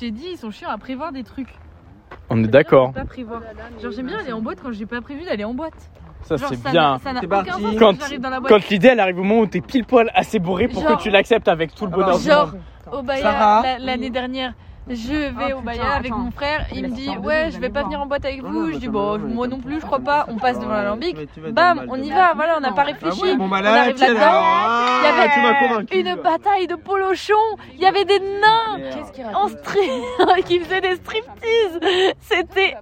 S6: J'ai dit ils sont chiants à prévoir des trucs.
S2: On est d'accord.
S6: Pas prévoir.
S1: Ah,
S6: Genre j'aime bien aller en boîte quand j'ai pas prévu d'aller en boîte.
S2: Ça
S6: Genre,
S2: c'est
S6: ça
S2: bien.
S6: n'a- Ça n'a
S3: C'est
S6: aucun
S3: parti.
S6: sens
S2: Quand-
S6: quand j'arrive dans la boîte.
S2: Quand l'idée elle arrive au moment où t'es pile poil assez bourré pour
S6: Genre-
S2: que tu l'acceptes avec tout le bonheur du
S6: Genre,
S2: monde.
S6: au Bayard
S3: Sarah
S6: la- l'année dernière. Je vais
S7: putain,
S6: au Bayard avec
S7: attends.
S6: mon frère, il
S7: Mais
S6: me
S7: c'est
S6: dit
S7: en deux,
S6: ouais
S7: vous
S6: je
S7: allez
S6: vais pas
S7: voir.
S6: venir en boîte avec
S3: Non,
S6: vous,
S3: non,
S6: je dis
S3: mais
S6: bon
S3: attends, non,
S6: moi
S3: mais
S6: non
S3: attends,
S6: plus je
S3: attends,
S6: crois pas,
S3: attends,
S6: on passe devant
S3: attends,
S6: l'alambic,
S3: tu vas dans
S6: bam
S3: le
S6: on
S3: bal.
S6: y va, voilà on n'a pas
S3: Ah
S6: réfléchi,
S3: ouais, bon, bah
S6: on
S3: là,
S6: arrive
S3: tiens,
S6: là-dedans,
S3: là.
S4: Ah,
S6: Il y avait
S3: tu m'as convaincu.
S6: une bataille de polochons, il y avait des nains
S3: Qu'est-ce
S6: en strip *laughs* qui faisaient des striptease.
S1: bah,
S6: C'était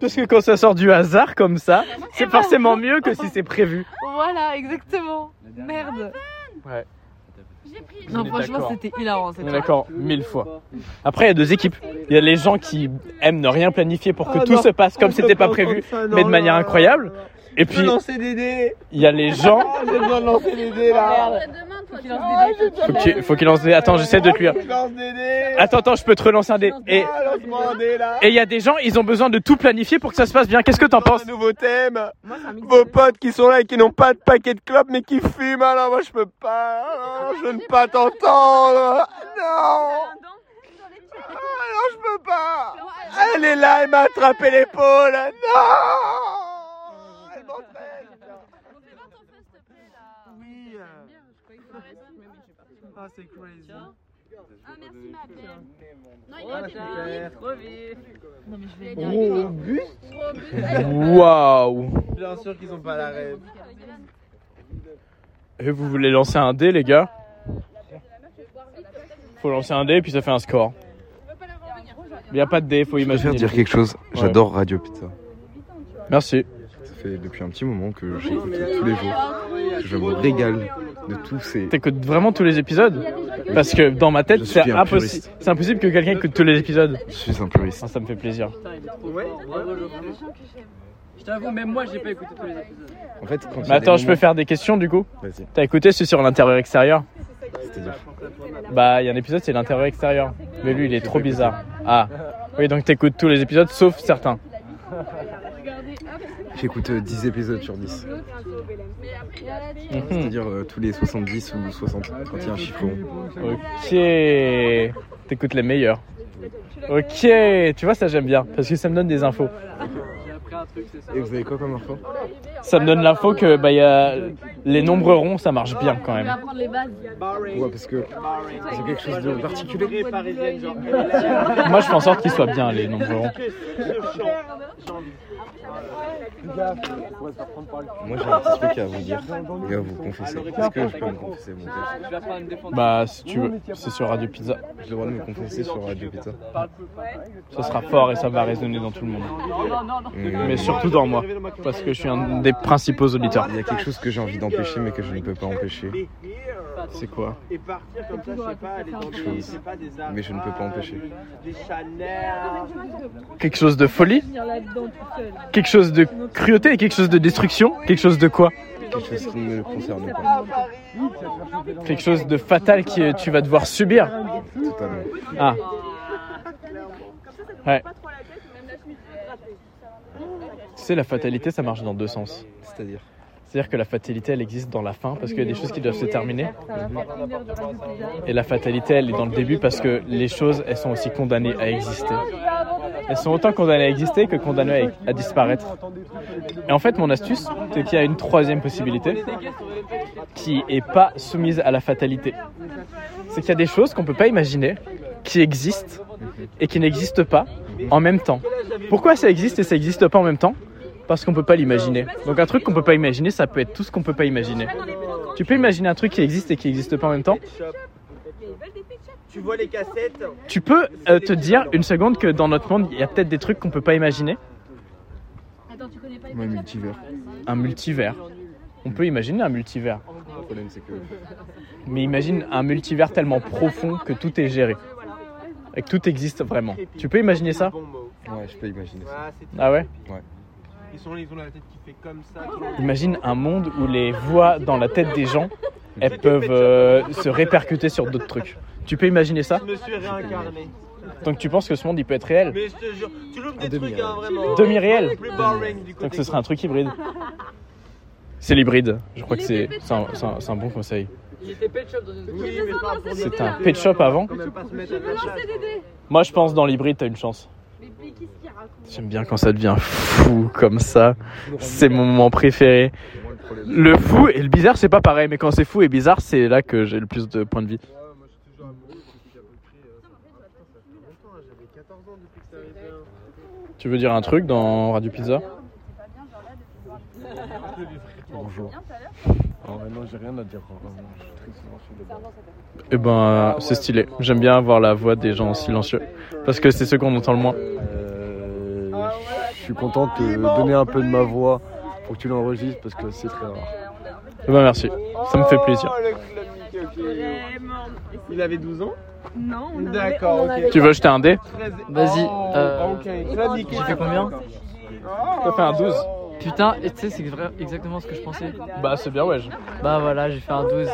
S2: Parce que quand ça sort du hasard comme ça, c'est
S6: ben-
S2: forcément mieux que si c'est prévu.
S6: voilà exactement. Merde.
S1: J'ai pris.
S2: On
S6: Non
S2: est
S6: franchement
S2: d'accord.
S6: c'était hilarant.
S2: On est
S6: c'était-
S2: d'accord, mille fois. Après, il y a deux équipes. Il y a les gens qui aiment ne rien planifier pour que
S3: Ah,
S2: tout
S3: non.
S2: se passe comme
S3: On peut
S2: c'était pas
S3: entendre
S2: prévu,
S3: ça, non,
S2: mais de manière
S3: là.
S2: incroyable. Et
S3: Je vais
S2: puis,
S3: lancer des dés.
S2: il y a les
S3: *laughs*
S2: gens.
S3: Ah, J'ai besoin de lancer des dés là.
S1: Après, demain, toi, tu
S2: Ah
S1: Ah,
S2: Faut qu'il faut qu'il lance des. Attends, j'essaie de te lui.
S3: Je lance des dés.
S2: Attends, attends, je peux te relancer un dé. Et
S3: Ah, lance-moi un dé là.
S2: et il y a des gens, ils ont besoin de tout planifier pour que ça se passe bien. Qu'est-ce que t'en
S3: Dans
S2: penses
S3: un nouveau thème.
S7: Moi, c'est un mix.
S3: Vos potes qui sont là et qui n'ont pas de paquet de clopes mais qui fument, alors moi je peux pas, alors je ne pas t'entendre, Ah non,
S6: *laughs*
S3: alors je peux pas, elle est là, elle m'a attrapé l'épaule, non, elle m'entraîne. Oui, ah c'est crazy.
S1: Ah, merci, ma belle. Non, il
S4: Oh,
S1: a été
S4: super.
S1: vif.
S4: Trop vif.
S6: Non mais je
S4: Oh.
S6: vais bien.
S3: Robuste
S1: Trop bien.
S8: euh.
S2: Waouh
S3: Bien sûr qu'ils ont pas la rêve.
S2: Et vous voulez lancer un dé, les gars Faut lancer un dé, puis ça fait un score. Il y a pas de dé, faut
S9: Je préfère
S2: imaginer.
S9: dire quelque chose. J'adore Radio Pizza.
S2: Merci.
S9: Ça fait depuis un petit moment que j'écoute tous les jours. Je me régale de tous ces.
S2: T'écoutes vraiment tous les épisodes Parce que dans ma tête,
S9: Je
S2: c'est
S9: suis un
S2: impossible.
S9: puriste.
S2: C'est impossible que quelqu'un écoute tous les épisodes.
S9: Je suis un puriste.
S2: Ah, ça me fait plaisir.
S4: Putain, il est trop fort. Bravo, Geoffrey. Je t'avoue, même moi j'ai pas écouté tous les épisodes.
S9: En fait, quand il y a
S2: Mais attends,
S9: des
S2: je peux faire des questions du coup
S9: moments- Vas-y.
S2: T'as écouté celui sur l'intérieur-extérieur
S9: C'est-à-dire
S2: Bah, il y a un épisode, c'est l'intérieur-extérieur. Mais lui, il est trop bizarre. Ah, oui, donc t'écoutes tous les épisodes sauf certains.
S9: J'écoute euh, 10 épisodes sur 10.
S2: Mhm.
S9: C'est-à-dire euh, tous les 70 ou 60 quand il y a un chiffre rond.
S2: Ok. T'écoutes les meilleurs. Ok, tu vois, ça j'aime bien parce que ça me donne des infos.
S4: J'ai appris un truc, c'est ça.
S9: Et vous avez quoi comme info
S2: Ça me donne l'info que bah, y a... les nombres ronds, ça marche bien quand
S1: On va
S2: même.
S1: prendre les bases.
S9: Ouais, parce que ils ont quelque chose de particulier.
S4: Parisienne, genre.
S2: Moi, je fais en sorte qu'ils soient bien, Ah, les nombres ronds.
S9: Moi j'ai un petit truc à vous dire et à vous confesser. Est-ce que je peux me confesser mon gars
S4: Je vais apprendre à me défendre.
S2: Bah, si tu veux, c'est sur Radio Pizza.
S9: J'ai le droit de me confesser sur Radio Pizza.
S4: Parle peu, parle
S2: Ça sera fort et ça va résonner dans tout le monde.
S9: Mmh.
S2: *laughs* Mais surtout dans moi, parce que je suis un des principaux auditeurs.
S9: Il y a quelque chose que j'ai envie d'empêcher mais que je ne peux pas empêcher.
S2: C'est quoi
S8: Et partir comme ça, je sais pas, aller dans des,
S9: Chose.
S8: je sais pas, des euh,
S9: Mais je ne peux pas empêcher.
S8: Des Chanel.
S2: Quelque chose de folie Quelque chose de cruauté et quelque chose de destruction Quelque chose de quoi
S9: Quelque chose qui ne me concerne pas.
S2: Quelque chose de fatal que tu vas devoir subir
S9: Totalement.
S2: Ah. Ouais. Tu sais, la fatalité, ça marche dans deux sens.
S9: C'est-à-dire.
S2: C'est-à-dire que la fatalité, elle existe dans la fin parce qu'il y a des choses qui doivent se terminer. Et la fatalité, elle est dans le début parce que les choses, elles sont aussi condamnées à exister. Elles sont autant condamnées à exister que condamnées à, à disparaître. Et en fait, mon astuce, c'est qu'il y a une troisième possibilité qui est pas soumise à la fatalité. C'est qu'il y a des choses qu'on peut pas imaginer, qui existent et qui n'existent pas en même temps. Pourquoi ça existe et ça n'existe pas en même temps Parce qu'on peut pas l'imaginer. Donc un truc qu'on peut pas imaginer, ça peut être tout ce qu'on peut pas imaginer. Tu peux imaginer un truc qui existe et qui n'existe pas en même temps
S8: Tu vois les cassettes
S2: Tu peux euh, te dire une seconde que dans notre monde, il y a peut-être des trucs qu'on peut pas imaginer.
S1: Attends, tu connais pas les
S9: Moi, multivers.
S2: Un multivers. On peut imaginer un multivers.
S9: Le problème, c'est que.
S2: Mais imagine un multivers tellement profond que tout est géré. Et que tout existe vraiment. Tu peux imaginer ça
S8: Bon mot.
S9: Ouais, je peux imaginer ça.
S8: Ah, c'était
S2: Ah ouais
S8: Ils sont là, ils ont la tête qui fait comme ça.
S7: Ah
S2: Imagine un monde où les voix dans la tête des gens, elles peuvent euh, se répercuter sur d'autres trucs. Tu peux imaginer ça
S8: Je me suis réincarné.
S2: Donc tu penses que ce monde, il peut être réel
S8: Mais je te jure, tu loupes des
S9: Un demi,
S8: trucs, hein,
S10: euh,
S9: ouais.
S8: vraiment.
S2: Demi-réel
S8: Plus boring du côté.
S2: Donc ce serait un truc hybride. C'est l'hybride. Je crois que c'est c'est un, c'est un- c'est un bon conseil.
S4: Il était pet shop dans une
S8: Oui, mais
S1: Non,
S8: pas
S1: non,
S8: pour
S1: c'est
S8: les
S1: c'était
S2: un
S8: tapés,
S2: pet shop
S8: hein.
S2: avant.
S8: Faut même pas se mettre
S1: Je
S8: à
S1: veux
S8: la chasse.
S1: lancer des dés.
S2: Moi, je pense dans l'hybride, t'as une chance.
S1: Mais qu'est-ce qu'il raconte
S2: J'aime bien quand ça devient fou comme ça. C'est mon moment préféré. Le fou et le bizarre, c'est pas pareil, mais quand c'est fou et bizarre, c'est là que j'ai le plus de points de vie. Tu veux dire un truc dans Radio Pizza
S9: Bonjour. En vrai, non, j'ai rien à dire. Je suis triste,
S2: Eh ben, c'est stylé. J'aime bien avoir la voix des gens silencieux. Parce que c'est ceux qu'on entend le moins.
S4: Ah
S10: Euh,
S8: Ah
S10: je suis content de te donner un peu de ma voix pour que tu l'enregistres parce que c'est très rare.
S1: euh,
S2: Eh ben, merci. Ça me fait plaisir.
S8: Oh, le club Mickey, ok. Il avait 12 ans
S7: Non, on
S8: D'accord, ok.
S2: Tu veux jeter un dé
S8: 13
S4: Vas-y,
S8: Oh,
S4: euh,
S8: ok. Club Mickey,
S4: j'ai fait combien
S2: T'as fait un 12
S4: Putain, et tu sais, c'est vra- exactement ce que je pensais.
S2: Bah, c'est bien, ouais. je-
S4: Bah voilà, j'ai fait un 12.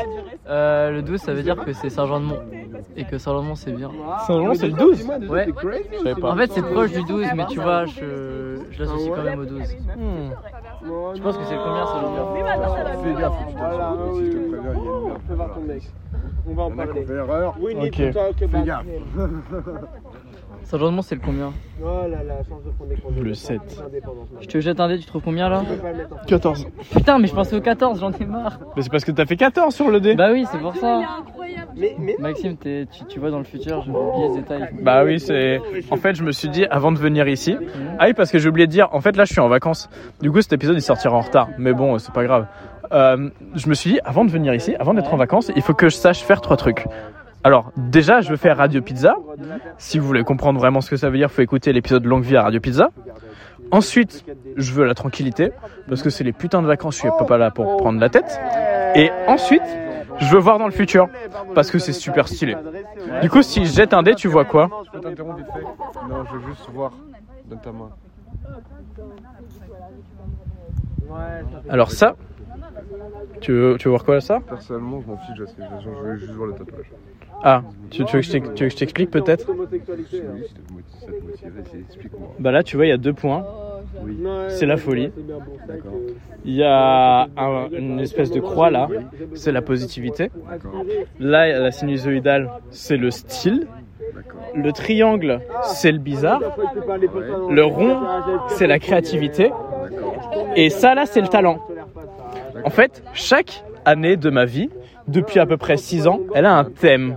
S4: Euh, le 12, ça veut dire que c'est Saint-Jean-de-Mont. Et que Saint-Jean-de-Mont, c'est bien.
S2: Saint-Laurent, c'est le 12
S4: Ouais.
S2: Je savais pas.
S4: En fait, c'est proche du 12, mais tu vois, je, je l'associe quand même au 12.
S2: Hmm.
S4: Je pense que c'est le combien, Saint-Jean-de-Mont
S1: Mais maintenant, ça va
S10: Ah, Fais
S1: mieux.
S10: gaffe, faut que tu t'en
S8: Voilà,
S10: sortes,
S8: oui,
S10: si je
S8: oui,
S10: te préviens, il y a une merde.
S8: Fais voir ton mec. On va
S10: Il
S8: en
S10: y en a qui
S8: parler.
S10: ont fait erreur.
S8: We need
S2: Ok.
S8: to talk about
S10: Fais gaffe.
S8: him.
S4: Saint-Jean-de-Mont, c'est le combien
S8: Oh là là, chance de prendre des congés.
S2: Le sept.
S8: Indépendance,
S4: Je te jette un dé, tu trouves combien là
S8: on peut pas le mettre en-
S2: 14.
S4: Putain, mais je pensais au 14, j'en ai marre.
S2: Mais c'est parce que t'as fait 14 sur le dé.
S4: Bah oui, c'est
S6: Ah,
S4: pour
S1: Il est
S4: ça.
S1: incroyable.
S8: Mais, mais
S4: Maxime, t'es- tu, tu vois dans le futur, je vais oublier ce détail.
S2: Bah oui, c'est. En fait, je me suis dit avant de venir ici. Ah oui, parce que j'ai oublié de dire. En fait, là, je suis en vacances. Du coup, cet épisode il sortira en retard. Mais bon, c'est pas grave. Euh, je me suis dit avant de venir ici, avant d'être en vacances, il faut que je sache faire trois trucs. Alors, déjà, je veux faire Radio Pizza. Si vous voulez comprendre vraiment ce que ça veut dire, faut écouter l'épisode Longue Vie à Radio Pizza. Ensuite, je veux la tranquillité parce que c'est les putains de vacances. Je suis pas là pour prendre la tête. Et ensuite, je veux voir dans le futur parce que c'est super stylé. Du coup, si je jette un dé, tu vois quoi
S10: Je peux t'interrompre vite fait Non, je veux juste voir. Donne ta main.
S2: Alors ça, tu veux, tu veux voir quoi ça
S10: Personnellement, je m'en fiche, je sais, je veux juste voir le tatouage.
S2: Ah, tu, tu veux que je t'ex- tu veux que je t'explique peut-être Bah là, tu vois, il y a deux points. C'est la folie. Il y a un- une espèce de croix là, c'est la positivité. Là, il y a la sinusoïdale, c'est le style. Le triangle, c'est le bizarre. Le rond, c'est la créativité. Et ça, là, c'est le talent. En fait, chaque année de ma vie, depuis à peu près 6 ans, elle a un thème.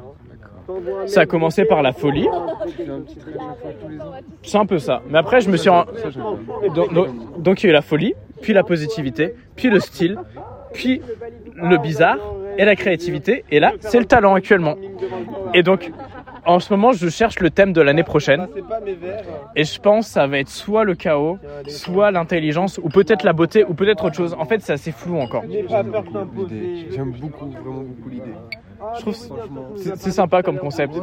S2: Ça a commencé par la folie. C'est un peu ça. Mais après, je me suis. ren- Donc, donc- donc, il y a eu la folie, puis la positivité, puis le style, puis le bizarre et la créativité. Et là, c'est le talent actuellement. Et donc, en ce moment, je cherche le thème de l'année prochaine. Et je pense que ça va être soit le chaos, soit l'intelligence, ou peut-être la beauté, ou peut-être autre chose. En fait, c'est assez flou encore.
S10: L'idée. J'aime beaucoup, vraiment beaucoup l'idée.
S2: Je trouve c'est- c'est c'est sympa comme concept.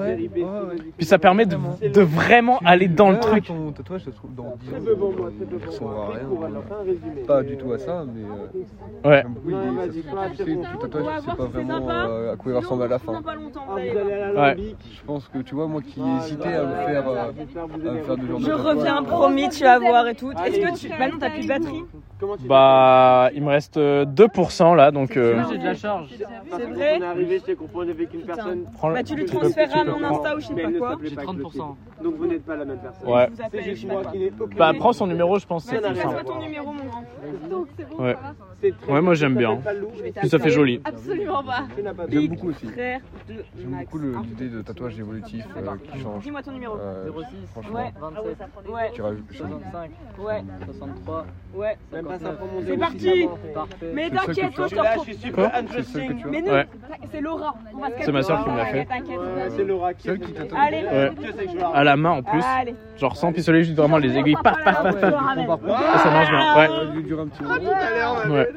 S2: Puis ça permet de, de vraiment aller dans le truc.
S10: Ah, Ton tatouage se trouve dans 10 ans. Il ressemblera à rien. Pas du tout à ça, mais. euh,
S2: Ouais.
S10: J'aime beaucoup l'idée. Ça se trouve, Tu sais, ton tatouage, tu sais pas vraiment euh, à quoi il ressemble à la fin.
S1: Ah,
S2: Ouais.
S10: Je pense que tu vois, moi qui hésitais à me faire, euh, à me faire du genre de
S7: Je
S10: tatouage.
S7: reviens, promis, tu vas voir et tout. Est-ce que tu. Bah non, t'as plus de batterie.
S2: Bah, il me reste euh, 2% là, donc. euh,
S4: J'ai de la charge.
S7: C'est vrai
S8: On est arrivé, j'étais confondu avec une personne.
S2: prends-
S7: Bah tu lui
S2: tu peux-
S7: transféreras
S2: tu peux
S7: mon
S2: prendre-
S7: Insta ou je sais
S8: mais
S7: pas
S8: elle ne
S7: quoi.
S8: s'appelait
S4: J'ai
S8: pas
S4: 30%.
S8: Clétine. Donc vous n'êtes pas la même personne.
S2: Ouais.
S7: Je vous
S8: C'est
S7: appelle, je
S8: juste
S7: sais pas
S8: moi
S7: quoi.
S8: qui n'ai aucune
S2: Bah, prends son numéro, je pense. C'est
S7: Vas-y,
S2: plus
S7: passe-moi
S2: simple.
S7: ton numéro, mon grand.
S2: Ouais.
S8: C'est très-
S2: Ouais, moi, j'aime bien.
S8: Pas lourd,
S2: Puis ça fait joli.
S1: Absolument pas.
S8: tu n'as pas
S10: J'aime beaucoup aussi.
S7: Frère,
S10: J'aime beaucoup le- l'idée de tatouage évolutif euh, qui change.
S7: dis-moi ton numéro.
S10: Euh,
S4: 06,
S10: franchement,
S4: 27,
S7: Ouais,
S10: tu rajoutes.
S4: 65,
S7: ouais,
S4: 63.
S7: ouais.
S8: Même pas ça pour mon
S7: C'est
S8: début.
S7: parti
S4: Parfait.
S7: Mais
S10: C'est ça que
S7: t'inquiète,
S10: tu
S7: toi, je te
S8: Là, je
S7: retrouve.
S8: suis super
S10: C'est celle que
S8: untrusting.
S10: tu as.
S7: Mais non,
S2: Ouais.
S7: c'est Laura. On va se calmer.
S2: C'est ma sœur qui me l'a fait.
S7: T'inquiète.
S8: Ouais, C'est Laura qui.
S10: Celle qui t'a
S7: Allez.
S2: Ouais.
S8: Dieu sait que je la
S2: À la main en plus.
S7: Allez.
S2: Genre sans pistolet, juste vraiment les aiguilles. Paf, paf, paf, paf.
S10: On part pas.
S2: Et Ah, ça marche bien. Ouais.
S10: Ça dure un
S8: *laughs*
S10: petit
S8: Ah,
S10: moment.
S2: ouais.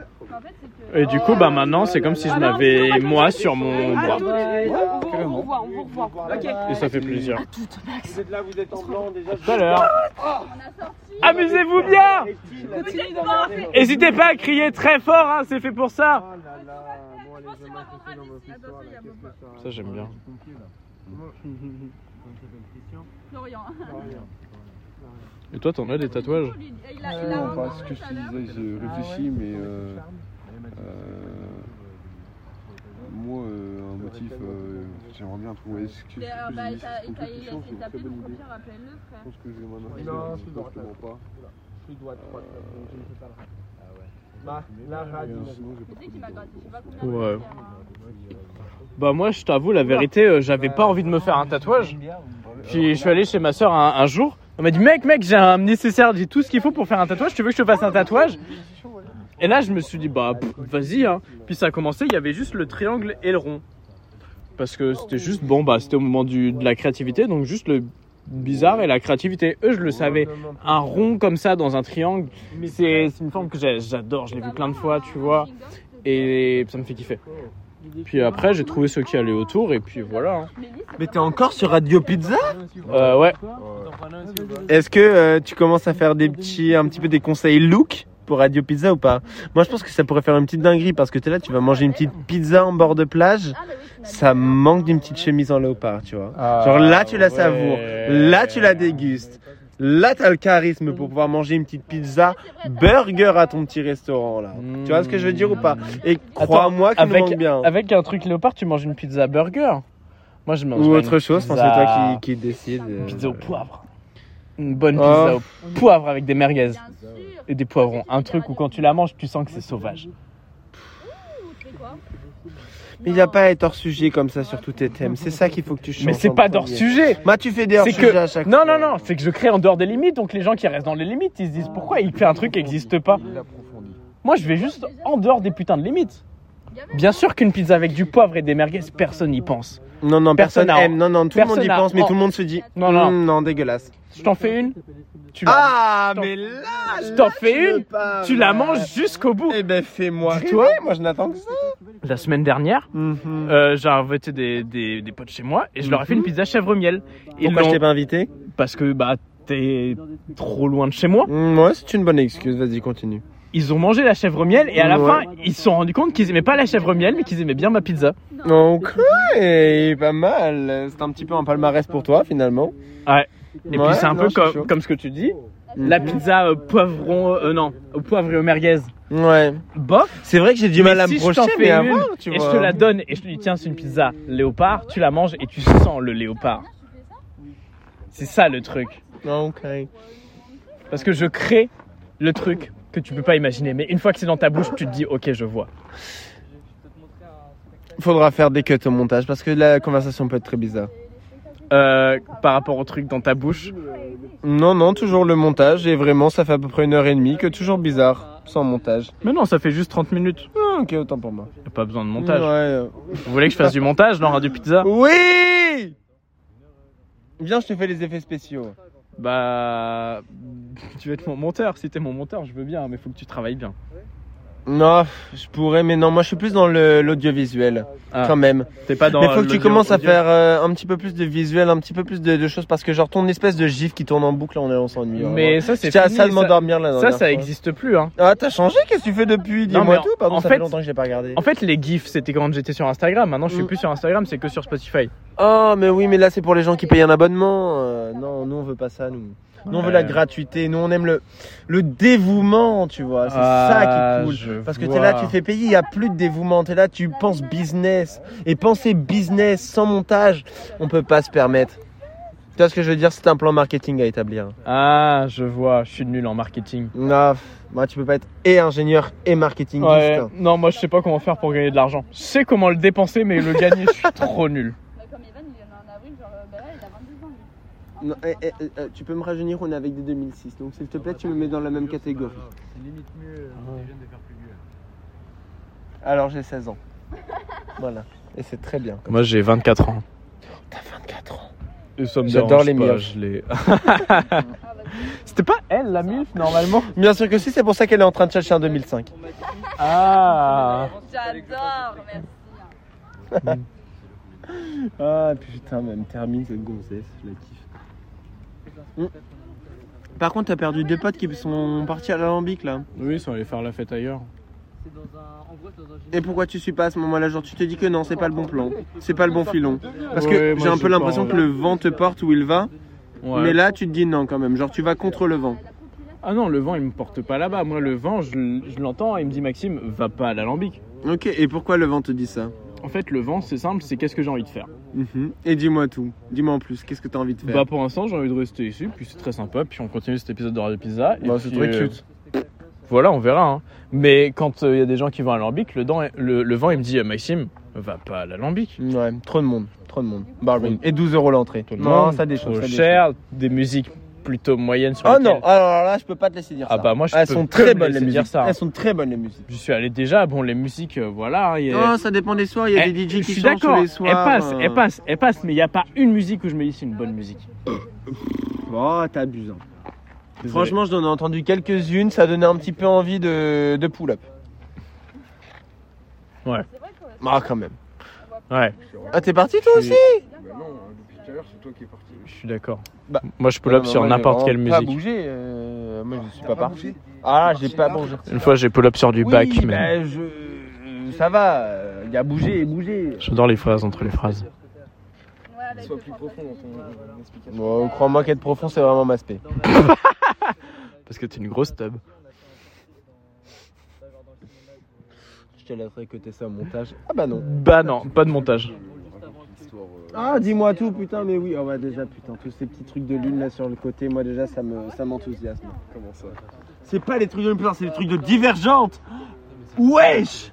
S2: Et du coup, bah maintenant, c'est comme si je m'avais moi sur mon
S7: À
S2: bras.
S7: toutes. On vous- on vous revoit, on vous revoit. Ok. Euh,
S2: Et ça fait plaisir.
S8: Vous êtes là, vous êtes en blanc déjà.
S2: Tout à l'heure. Amusez-vous bien
S8: Clétine, la-
S7: Continue de m'avancer.
S2: N'hésitez pas à crier très fort, hein, c'est fait pour ça.
S8: Oh là là. Bon, allez, je vais m'accrocher dans votre histoire, là. Qu'est-ce que ça-
S2: Ça, j'aime bien.
S1: euh, Florian.
S8: Ah,
S2: Et toi, t'en as *laughs* des tatouages
S1: Il a- il
S3: Ah,
S1: a un
S10: Non,
S1: moment
S10: parce que
S1: tout
S10: je
S1: à
S10: te
S1: l'heure.
S10: disais, j'ai réfléchi, mais. euh,
S8: Ah
S10: euh, Moi, euh, un motif, euh, j'aimerais bien trouver. Est-ce que
S1: Il a-
S10: je
S1: bah,
S10: peux
S1: il t'a-
S10: dire
S1: il t'a-
S10: quelque
S1: il a essayé
S10: chose, c'est
S1: de
S10: une très
S1: t'appeler,
S10: bonne
S1: donc au
S10: idée.
S1: pire, rappelle-le,
S10: Je
S1: frère.
S10: pense que je vais m'en arrêter,
S8: Non,
S10: parce que
S8: c'est
S10: je
S8: droit,
S10: comprends pas.
S8: Je dois te croire, donc je ne sais pas. Bah, la radio.
S10: Euh, sinon, j'ai pas
S1: Tu sais qu'il m'a gratté, je sais pas combien de
S2: Ouais.
S1: fois, hein.
S2: Bah moi, je t'avoue, la vérité, euh, j'avais pas envie de me faire un tatouage. Puis je suis allé chez ma soeur un, un jour. Elle m'a dit, mec, mec, j'ai un nécessaire, j'ai tout ce qu'il faut pour faire un tatouage. Tu veux que je te fasse un tatouage Et là, je me suis dit, bah pff, vas-y. Hein. Puis ça a commencé, il y avait juste le triangle et le rond. Parce que c'était juste, bon, bah c'était au moment du, de la créativité, donc juste le bizarre et la créativité. Eux, je le savais. Un rond comme ça dans un triangle, c'est c'est une forme que j'ai- j'adore, je l'ai vu plein de fois, tu vois. Et ça me fait kiffer. Puis après, j'ai trouvé ceux qui allaient autour, et puis voilà. hein.
S3: Mais t'es encore
S1: Ah,
S3: sur Radio Pizza
S2: Euh, ouais.
S3: Est-ce que euh, tu commences à faire des petits, un petit peu des conseils look pour Radio Pizza ou pas Moi, je pense que ça pourrait faire une petite dinguerie parce que t'es là, tu vas manger une petite pizza en bord de plage.
S1: Ah, bah oui, tu m'as dit.
S3: Ça manque d'une petite chemise en léopard, tu vois. Genre là, tu la savoures. Là, tu la dégustes. Là, t'as le charisme pour pouvoir manger une petite pizza
S1: C'est vrai, t'as-
S3: burger à ton petit restaurant là. Tu vois ce que je veux dire ou pas Et crois-moi qu'il nous
S2: avec-
S3: manque bien.
S2: Avec un truc léopard, tu manges une pizza burger. Moi, je mange
S3: Ou
S2: pas
S3: autre
S2: une
S3: chose, enfin,
S2: pizza-
S3: c'est toi qui, qui décide. euh.
S2: Une pizza au poivre. Une bonne
S3: Oh.
S2: pizza au poivre avec des merguez
S1: Bien sûr.
S2: et des poivrons. Un truc où quand tu la manges, tu sens que c'est sauvage.
S1: Tu sais quoi
S3: Mais il n'y a pas à être hors sujet comme ça sur tous tes thèmes. C'est ça qu'il faut que tu changes.
S2: Mais c'est
S3: en
S2: pas
S3: premier.
S2: d'hors sujet.
S3: Moi, tu fais des hors
S2: C'est
S3: sujets
S2: que-
S3: à chaque
S2: Non,
S3: fois.
S2: non, non, c'est que je crée en dehors des limites, donc les gens qui restent dans les limites, ils se disent pourquoi il fait un truc qui n'existe pas.
S10: Il approfondit.
S2: Moi, je vais juste en dehors des putains de limites. Bien sûr qu'une pizza avec du poivre et des merguez, personne n'y pense.
S3: Non, non, personne
S2: Personne a-
S3: aime. Non, non, tout le monde y
S2: personne a-
S3: pense, mais
S2: en-
S3: tout le monde se dit.
S2: Non, non.
S3: "Hmm, non, dégueulasse.
S2: Je t'en fais une, tu la,
S3: Ah,
S2: je t'en-
S3: mais là,
S2: je t'en fais
S3: veux
S2: une,
S3: pas,
S2: tu la
S3: ouais.
S2: manges jusqu'au bout.
S3: Eh ben, fais-moi.
S2: Dis-toi.
S3: rêver, moi, je n'attends que ça.
S2: La semaine dernière,
S3: Mhm.
S2: euh, j'ai invité des, des, des potes chez moi et je leur ai fait une pizza chèvre miel. Ils
S3: Mm-hmm. Pourquoi je
S2: l'ont-
S3: t'ai pas invité
S2: Parce que bah t'es trop loin de chez moi.
S3: Hmm, Ouais, c'est une bonne excuse. Vas-y, continue.
S2: ils ont mangé la chèvre miel et à la
S3: Ouais.
S2: fin, ils se sont rendus compte qu'ils aimaient pas la chèvre miel, mais qu'ils aimaient bien ma pizza.
S3: Donc, ouais, pas mal. C'est un petit peu un palmarès pour toi finalement.
S2: Ouais. Et
S3: Ouais,
S2: puis c'est un
S3: non,
S2: peu
S3: je suis
S2: comme,
S3: chaud. Mm-hmm.
S2: comme ce que tu dis, la pizza euh, poivron, euh, non, au poivre et au merguez.
S3: Mm. Ouais.
S2: Bof.
S3: C'est vrai que j'ai du mal
S2: Mais
S3: à me
S2: si je
S3: projeter,
S2: t'en
S3: mais
S2: fais
S3: à
S2: une,
S3: voir, tu
S2: et
S3: vois.
S2: je te la donne et je te dis tiens c'est une pizza léopard, tu la manges et tu sens le léopard. C'est ça le truc.
S3: Ok.
S2: Parce que je crée le truc que tu peux pas imaginer, mais une fois que c'est dans ta bouche, tu te dis ok je vois.
S3: Faudra faire des cuts au montage parce que la conversation peut être très bizarre.
S2: Euh, par rapport au truc dans ta bouche,
S3: Non, non, toujours le montage et vraiment ça fait à peu près une heure et demie que toujours bizarre sans montage.
S2: Mais non, ça fait juste 30 minutes.
S3: ok, autant pour moi.
S2: y a pas besoin de montage.
S3: Ouais, euh.
S2: Vous voulez que je fasse du montage, Laura du pizza
S3: Oui Viens, je te fais les effets spéciaux.
S2: Bah, *laughs* tu vas être mon monteur. Si t'es mon monteur, je veux bien, mais faut que tu travailles bien.
S3: Non, je pourrais, mais non, moi je suis plus dans le- l'audiovisuel
S2: Ah.
S3: quand même.
S2: T'es pas dans.
S3: mais faut que tu
S2: l'audio-
S3: commences à
S2: audio.
S3: faire euh, un petit peu plus de visuel, un petit peu plus de, de choses parce que genre ton espèce de gif qui tourne en boucle, on est en s'ennuie. vraiment.
S2: Mais ça c'est.
S3: J'étais à
S2: fini,
S3: ça de m'endormir là.
S2: Ça, ça existe plus. Hein.
S3: Ah, t'as changé Qu'est-ce que tu fais depuis
S2: Non,
S3: Dis-moi
S2: mais
S3: tout. Pardon,
S2: en
S3: ça
S2: fait-
S3: fait longtemps que j'ai pas regardé.
S2: En fait, les gifs, c'était quand j'étais sur Instagram. Maintenant, je suis
S3: Mm.
S2: plus sur Instagram, c'est que sur Spotify.
S3: Oh, mais oui, mais là c'est pour les gens qui payent un abonnement. Euh, non, nous on veut pas ça, nous. Nous on veut
S2: Ouais.
S3: la gratuité. Nous on aime le le dévouement, tu vois. C'est ça
S2: Ah,
S3: qui est cool.
S2: je
S3: Parce que
S2: vois.
S3: t'es là, tu fais payer, il n'y a plus de dévouement. T'es là, tu penses business. Et penser business sans montage, on peut pas se permettre. Tu vois ce que je veux dire C'est un plan marketing à établir.
S2: Ah, je vois. Je suis nul en marketing.
S3: Non, moi tu peux pas être et ingénieur et marketingiste.
S2: Ouais, non, moi je sais pas comment faire pour gagner de l'argent. Je sais comment le dépenser, mais le gagner, je suis trop nul.
S1: Bah, Comme Evan, il en a en avril, genre, euh, bah là, il a 22 ans. lui.
S3: Non, eh, eh, eh, eh, tu peux me rajeunir, on est avec des 2006. Donc s'il te plaît, tu me mets dans la même catégorie.
S2: Ah
S3: Alors j'ai 16 ans. *laughs* Voilà. Et c'est très bien.
S2: Moi j'ai 24 ans.
S3: T'as 24 ans.
S2: Et ça me
S3: J'adore
S2: dérange
S3: les
S2: pas,
S3: mioches.
S2: je les- *laughs* C'était pas elle la MILF normalement
S3: Bien sûr que si, c'est pour ça qu'elle est en train de chercher un 2005.
S2: Ah
S1: J'adore, merci.
S3: Ah putain, même termine cette gonzesse, je la kiffe. Par contre, t'as perdu deux potes qui sont partis à l'alambic là.
S2: Oui, ils sont allés faire la fête ailleurs.
S3: Et pourquoi tu suis pas à ce moment-là Genre, tu te dis que non, c'est pas le bon plan, c'est pas le bon filon. Parce
S2: Ouais,
S3: que
S2: moi,
S3: j'ai un
S2: je
S3: peu
S2: sais
S3: l'impression
S2: pas,
S3: que le vent te porte où il va,
S2: Ouais.
S3: mais là tu te dis non quand même. Genre, tu vas contre le vent.
S2: Ah non, le vent il me porte pas là-bas. Moi le vent, je, l- je l'entends et il me dit Maxime, va pas à l'alambic.
S3: Ok, et pourquoi le vent te dit ça
S2: En fait, le vent c'est simple, c'est qu'est-ce que j'ai envie de faire.
S3: Mhm. Et dis-moi tout, dis-moi en plus, qu'est-ce que t'as envie de faire
S2: Bah pour l'instant, j'ai envie de rester ici, puis c'est très sympa, puis on continue cet épisode de Radio Pizza. et
S3: Bah, c'est
S2: puis,
S3: très
S2: euh,
S3: cute.
S2: Voilà, on verra. hein. Mais quand il y a des gens qui vont à l'alambic, le, dent- le- le vent il me dit euh, Maxime, va pas à l'alambic.
S3: Ouais, trop de monde, trop de monde. Barbering. Et 12 euros l'entrée.
S2: Tout le
S3: Non,
S2: monde,
S3: ça déchire.
S2: trop
S3: ça déchire.
S2: cher, des musiques plutôt moyennes sur
S3: Oh
S2: lesquelles
S3: non, alors là, je peux pas te laisser dire
S2: Ah
S3: ça.
S2: bah, moi, je
S3: Elles
S2: peux
S3: sont
S2: que
S3: très
S2: me
S3: bonnes les
S2: laisser dire
S3: musiques.
S2: ça.
S3: Elles sont très bonnes les musiques.
S2: Je suis allé déjà, bon les musiques, euh, voilà. et-
S3: Oh, ça dépend des soirs, il y a
S2: Eh,
S3: des
S2: je
S3: DJ qui
S2: suis
S3: changent tous
S2: d'accord,
S3: les
S2: elle
S3: soirs.
S2: passe,
S3: euh.
S2: elle passe, elle passe, mais il n'y a pas une musique où je me dis c'est une bonne musique.
S3: Oh, t'abuses. hein.
S2: Désolé.
S3: Franchement, j'en ai entendu quelques-unes, ça donnait un petit peu envie de, de pull-up.
S2: Ouais.
S3: Ah, quand même.
S2: ouais,
S3: Ah, t'es parti toi
S2: Je
S3: aussi
S2: suis-
S10: Bah non, hein, depuis tout à l'heure, c'est toi qui es parti.
S2: je suis d'accord.
S3: Bah,
S2: Moi je pull up
S3: Non,
S2: sur
S3: moi, j'ai
S2: n'importe quelle
S3: vraiment
S2: musique.
S3: pas bougé, euh, moi je suis
S10: T'as
S3: pas
S10: pas
S3: parti.
S10: bougé
S3: Ah, j'ai pas bougé.
S2: Une fois j'ai pull up sur du
S3: Oui,
S2: bac, mais
S3: bah, je... euh, Ça va, euh, il y a bougé et bougé.
S2: j'adore les phrases entre les phrases.
S1: Ouais, avec
S10: Sois
S1: le
S10: plus
S1: français.
S10: profond dans ton explication.
S3: Bon, crois-moi qu'être profond, c'est vraiment ma spé.
S2: Parce que t'es une grosse tub.
S3: Je te laisserai que t'es ça au montage. Ah bah non.
S2: Bah non, pas de montage.
S3: Ah, dis-moi tout, putain, mais oui. Ah bah déjà, putain, tous ces petits trucs de lune là sur le côté, moi déjà, ça me, ça m'enthousiasme.
S10: Comment ça
S3: C'est pas les trucs de lune, putain, c'est les trucs de divergente. Wesh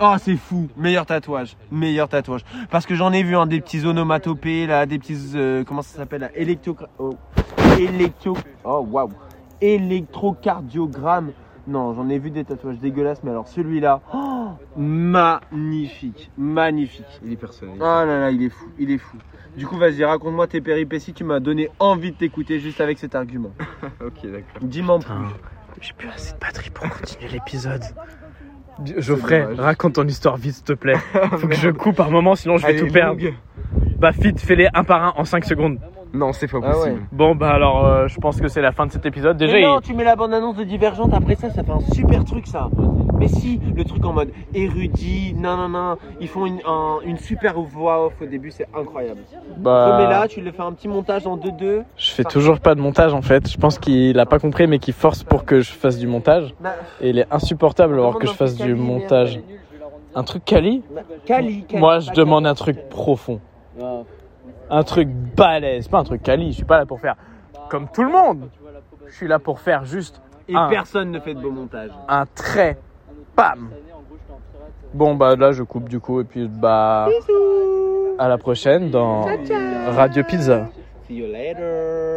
S3: Oh, c'est fou. Meilleur tatouage, meilleur tatouage. Parce que j'en ai vu un des petits onomatopées là, des petits, euh, comment ça s'appelle là, électro, oh, électro, oh waouh, électrocardiogramme. Non, j'en ai vu des tatouages dégueulasses, mais alors celui-là, oh, magnifique, magnifique.
S10: Il est personnel.
S3: Ah là là, il est fou, il est fou. Du coup, vas-y, raconte-moi tes péripéties. Tu m'as donné envie de t'écouter juste avec cet argument.
S10: *laughs* ok, d'accord.
S3: Dis-moi. plus.
S2: J'ai plus assez de batterie pour continuer l'épisode. Geoffrey, raconte ton histoire vite s'il te plaît. Faut que je coupe par moment sinon je vais
S10: Elle est
S2: tout perdre.
S10: longue.
S2: Bah fit, fais-les un par un en 5 secondes.
S11: Non, c'est pas
S2: Ah
S11: possible.
S2: Bon, bah alors, euh, je pense que c'est la fin de cet épisode. Déjà,
S3: Mais
S2: il-
S3: non, tu mets la bande-annonce de Divergente après ça, ça fait un super truc ça. Mais si, le truc en mode érudit, nan nan nan, ils font une, un- une super voix off au début, c'est incroyable.
S2: Bah.
S3: Remets là, tu le fais un petit montage en 2-2.
S2: je fais toujours pas de montage en fait. Je pense qu'il a pas compris, mais qu'il force pour que je fasse du montage.
S3: Bah,
S2: Et il est insupportable alors que je fasse du montage. Un truc quali
S3: Cali, Cali.
S2: Moi, je demande un truc profond. Un truc balèze, pas un truc quali. Je suis pas là pour faire comme tout le monde. Je suis là pour faire juste
S3: Et
S2: un,
S3: personne ne fait de Ah, beau montage.
S2: un trait. Bam
S3: euh,
S2: Bon, bah là, je coupe du coup. Et puis, bah. À la prochaine dans Radio Pizza.
S3: See you later.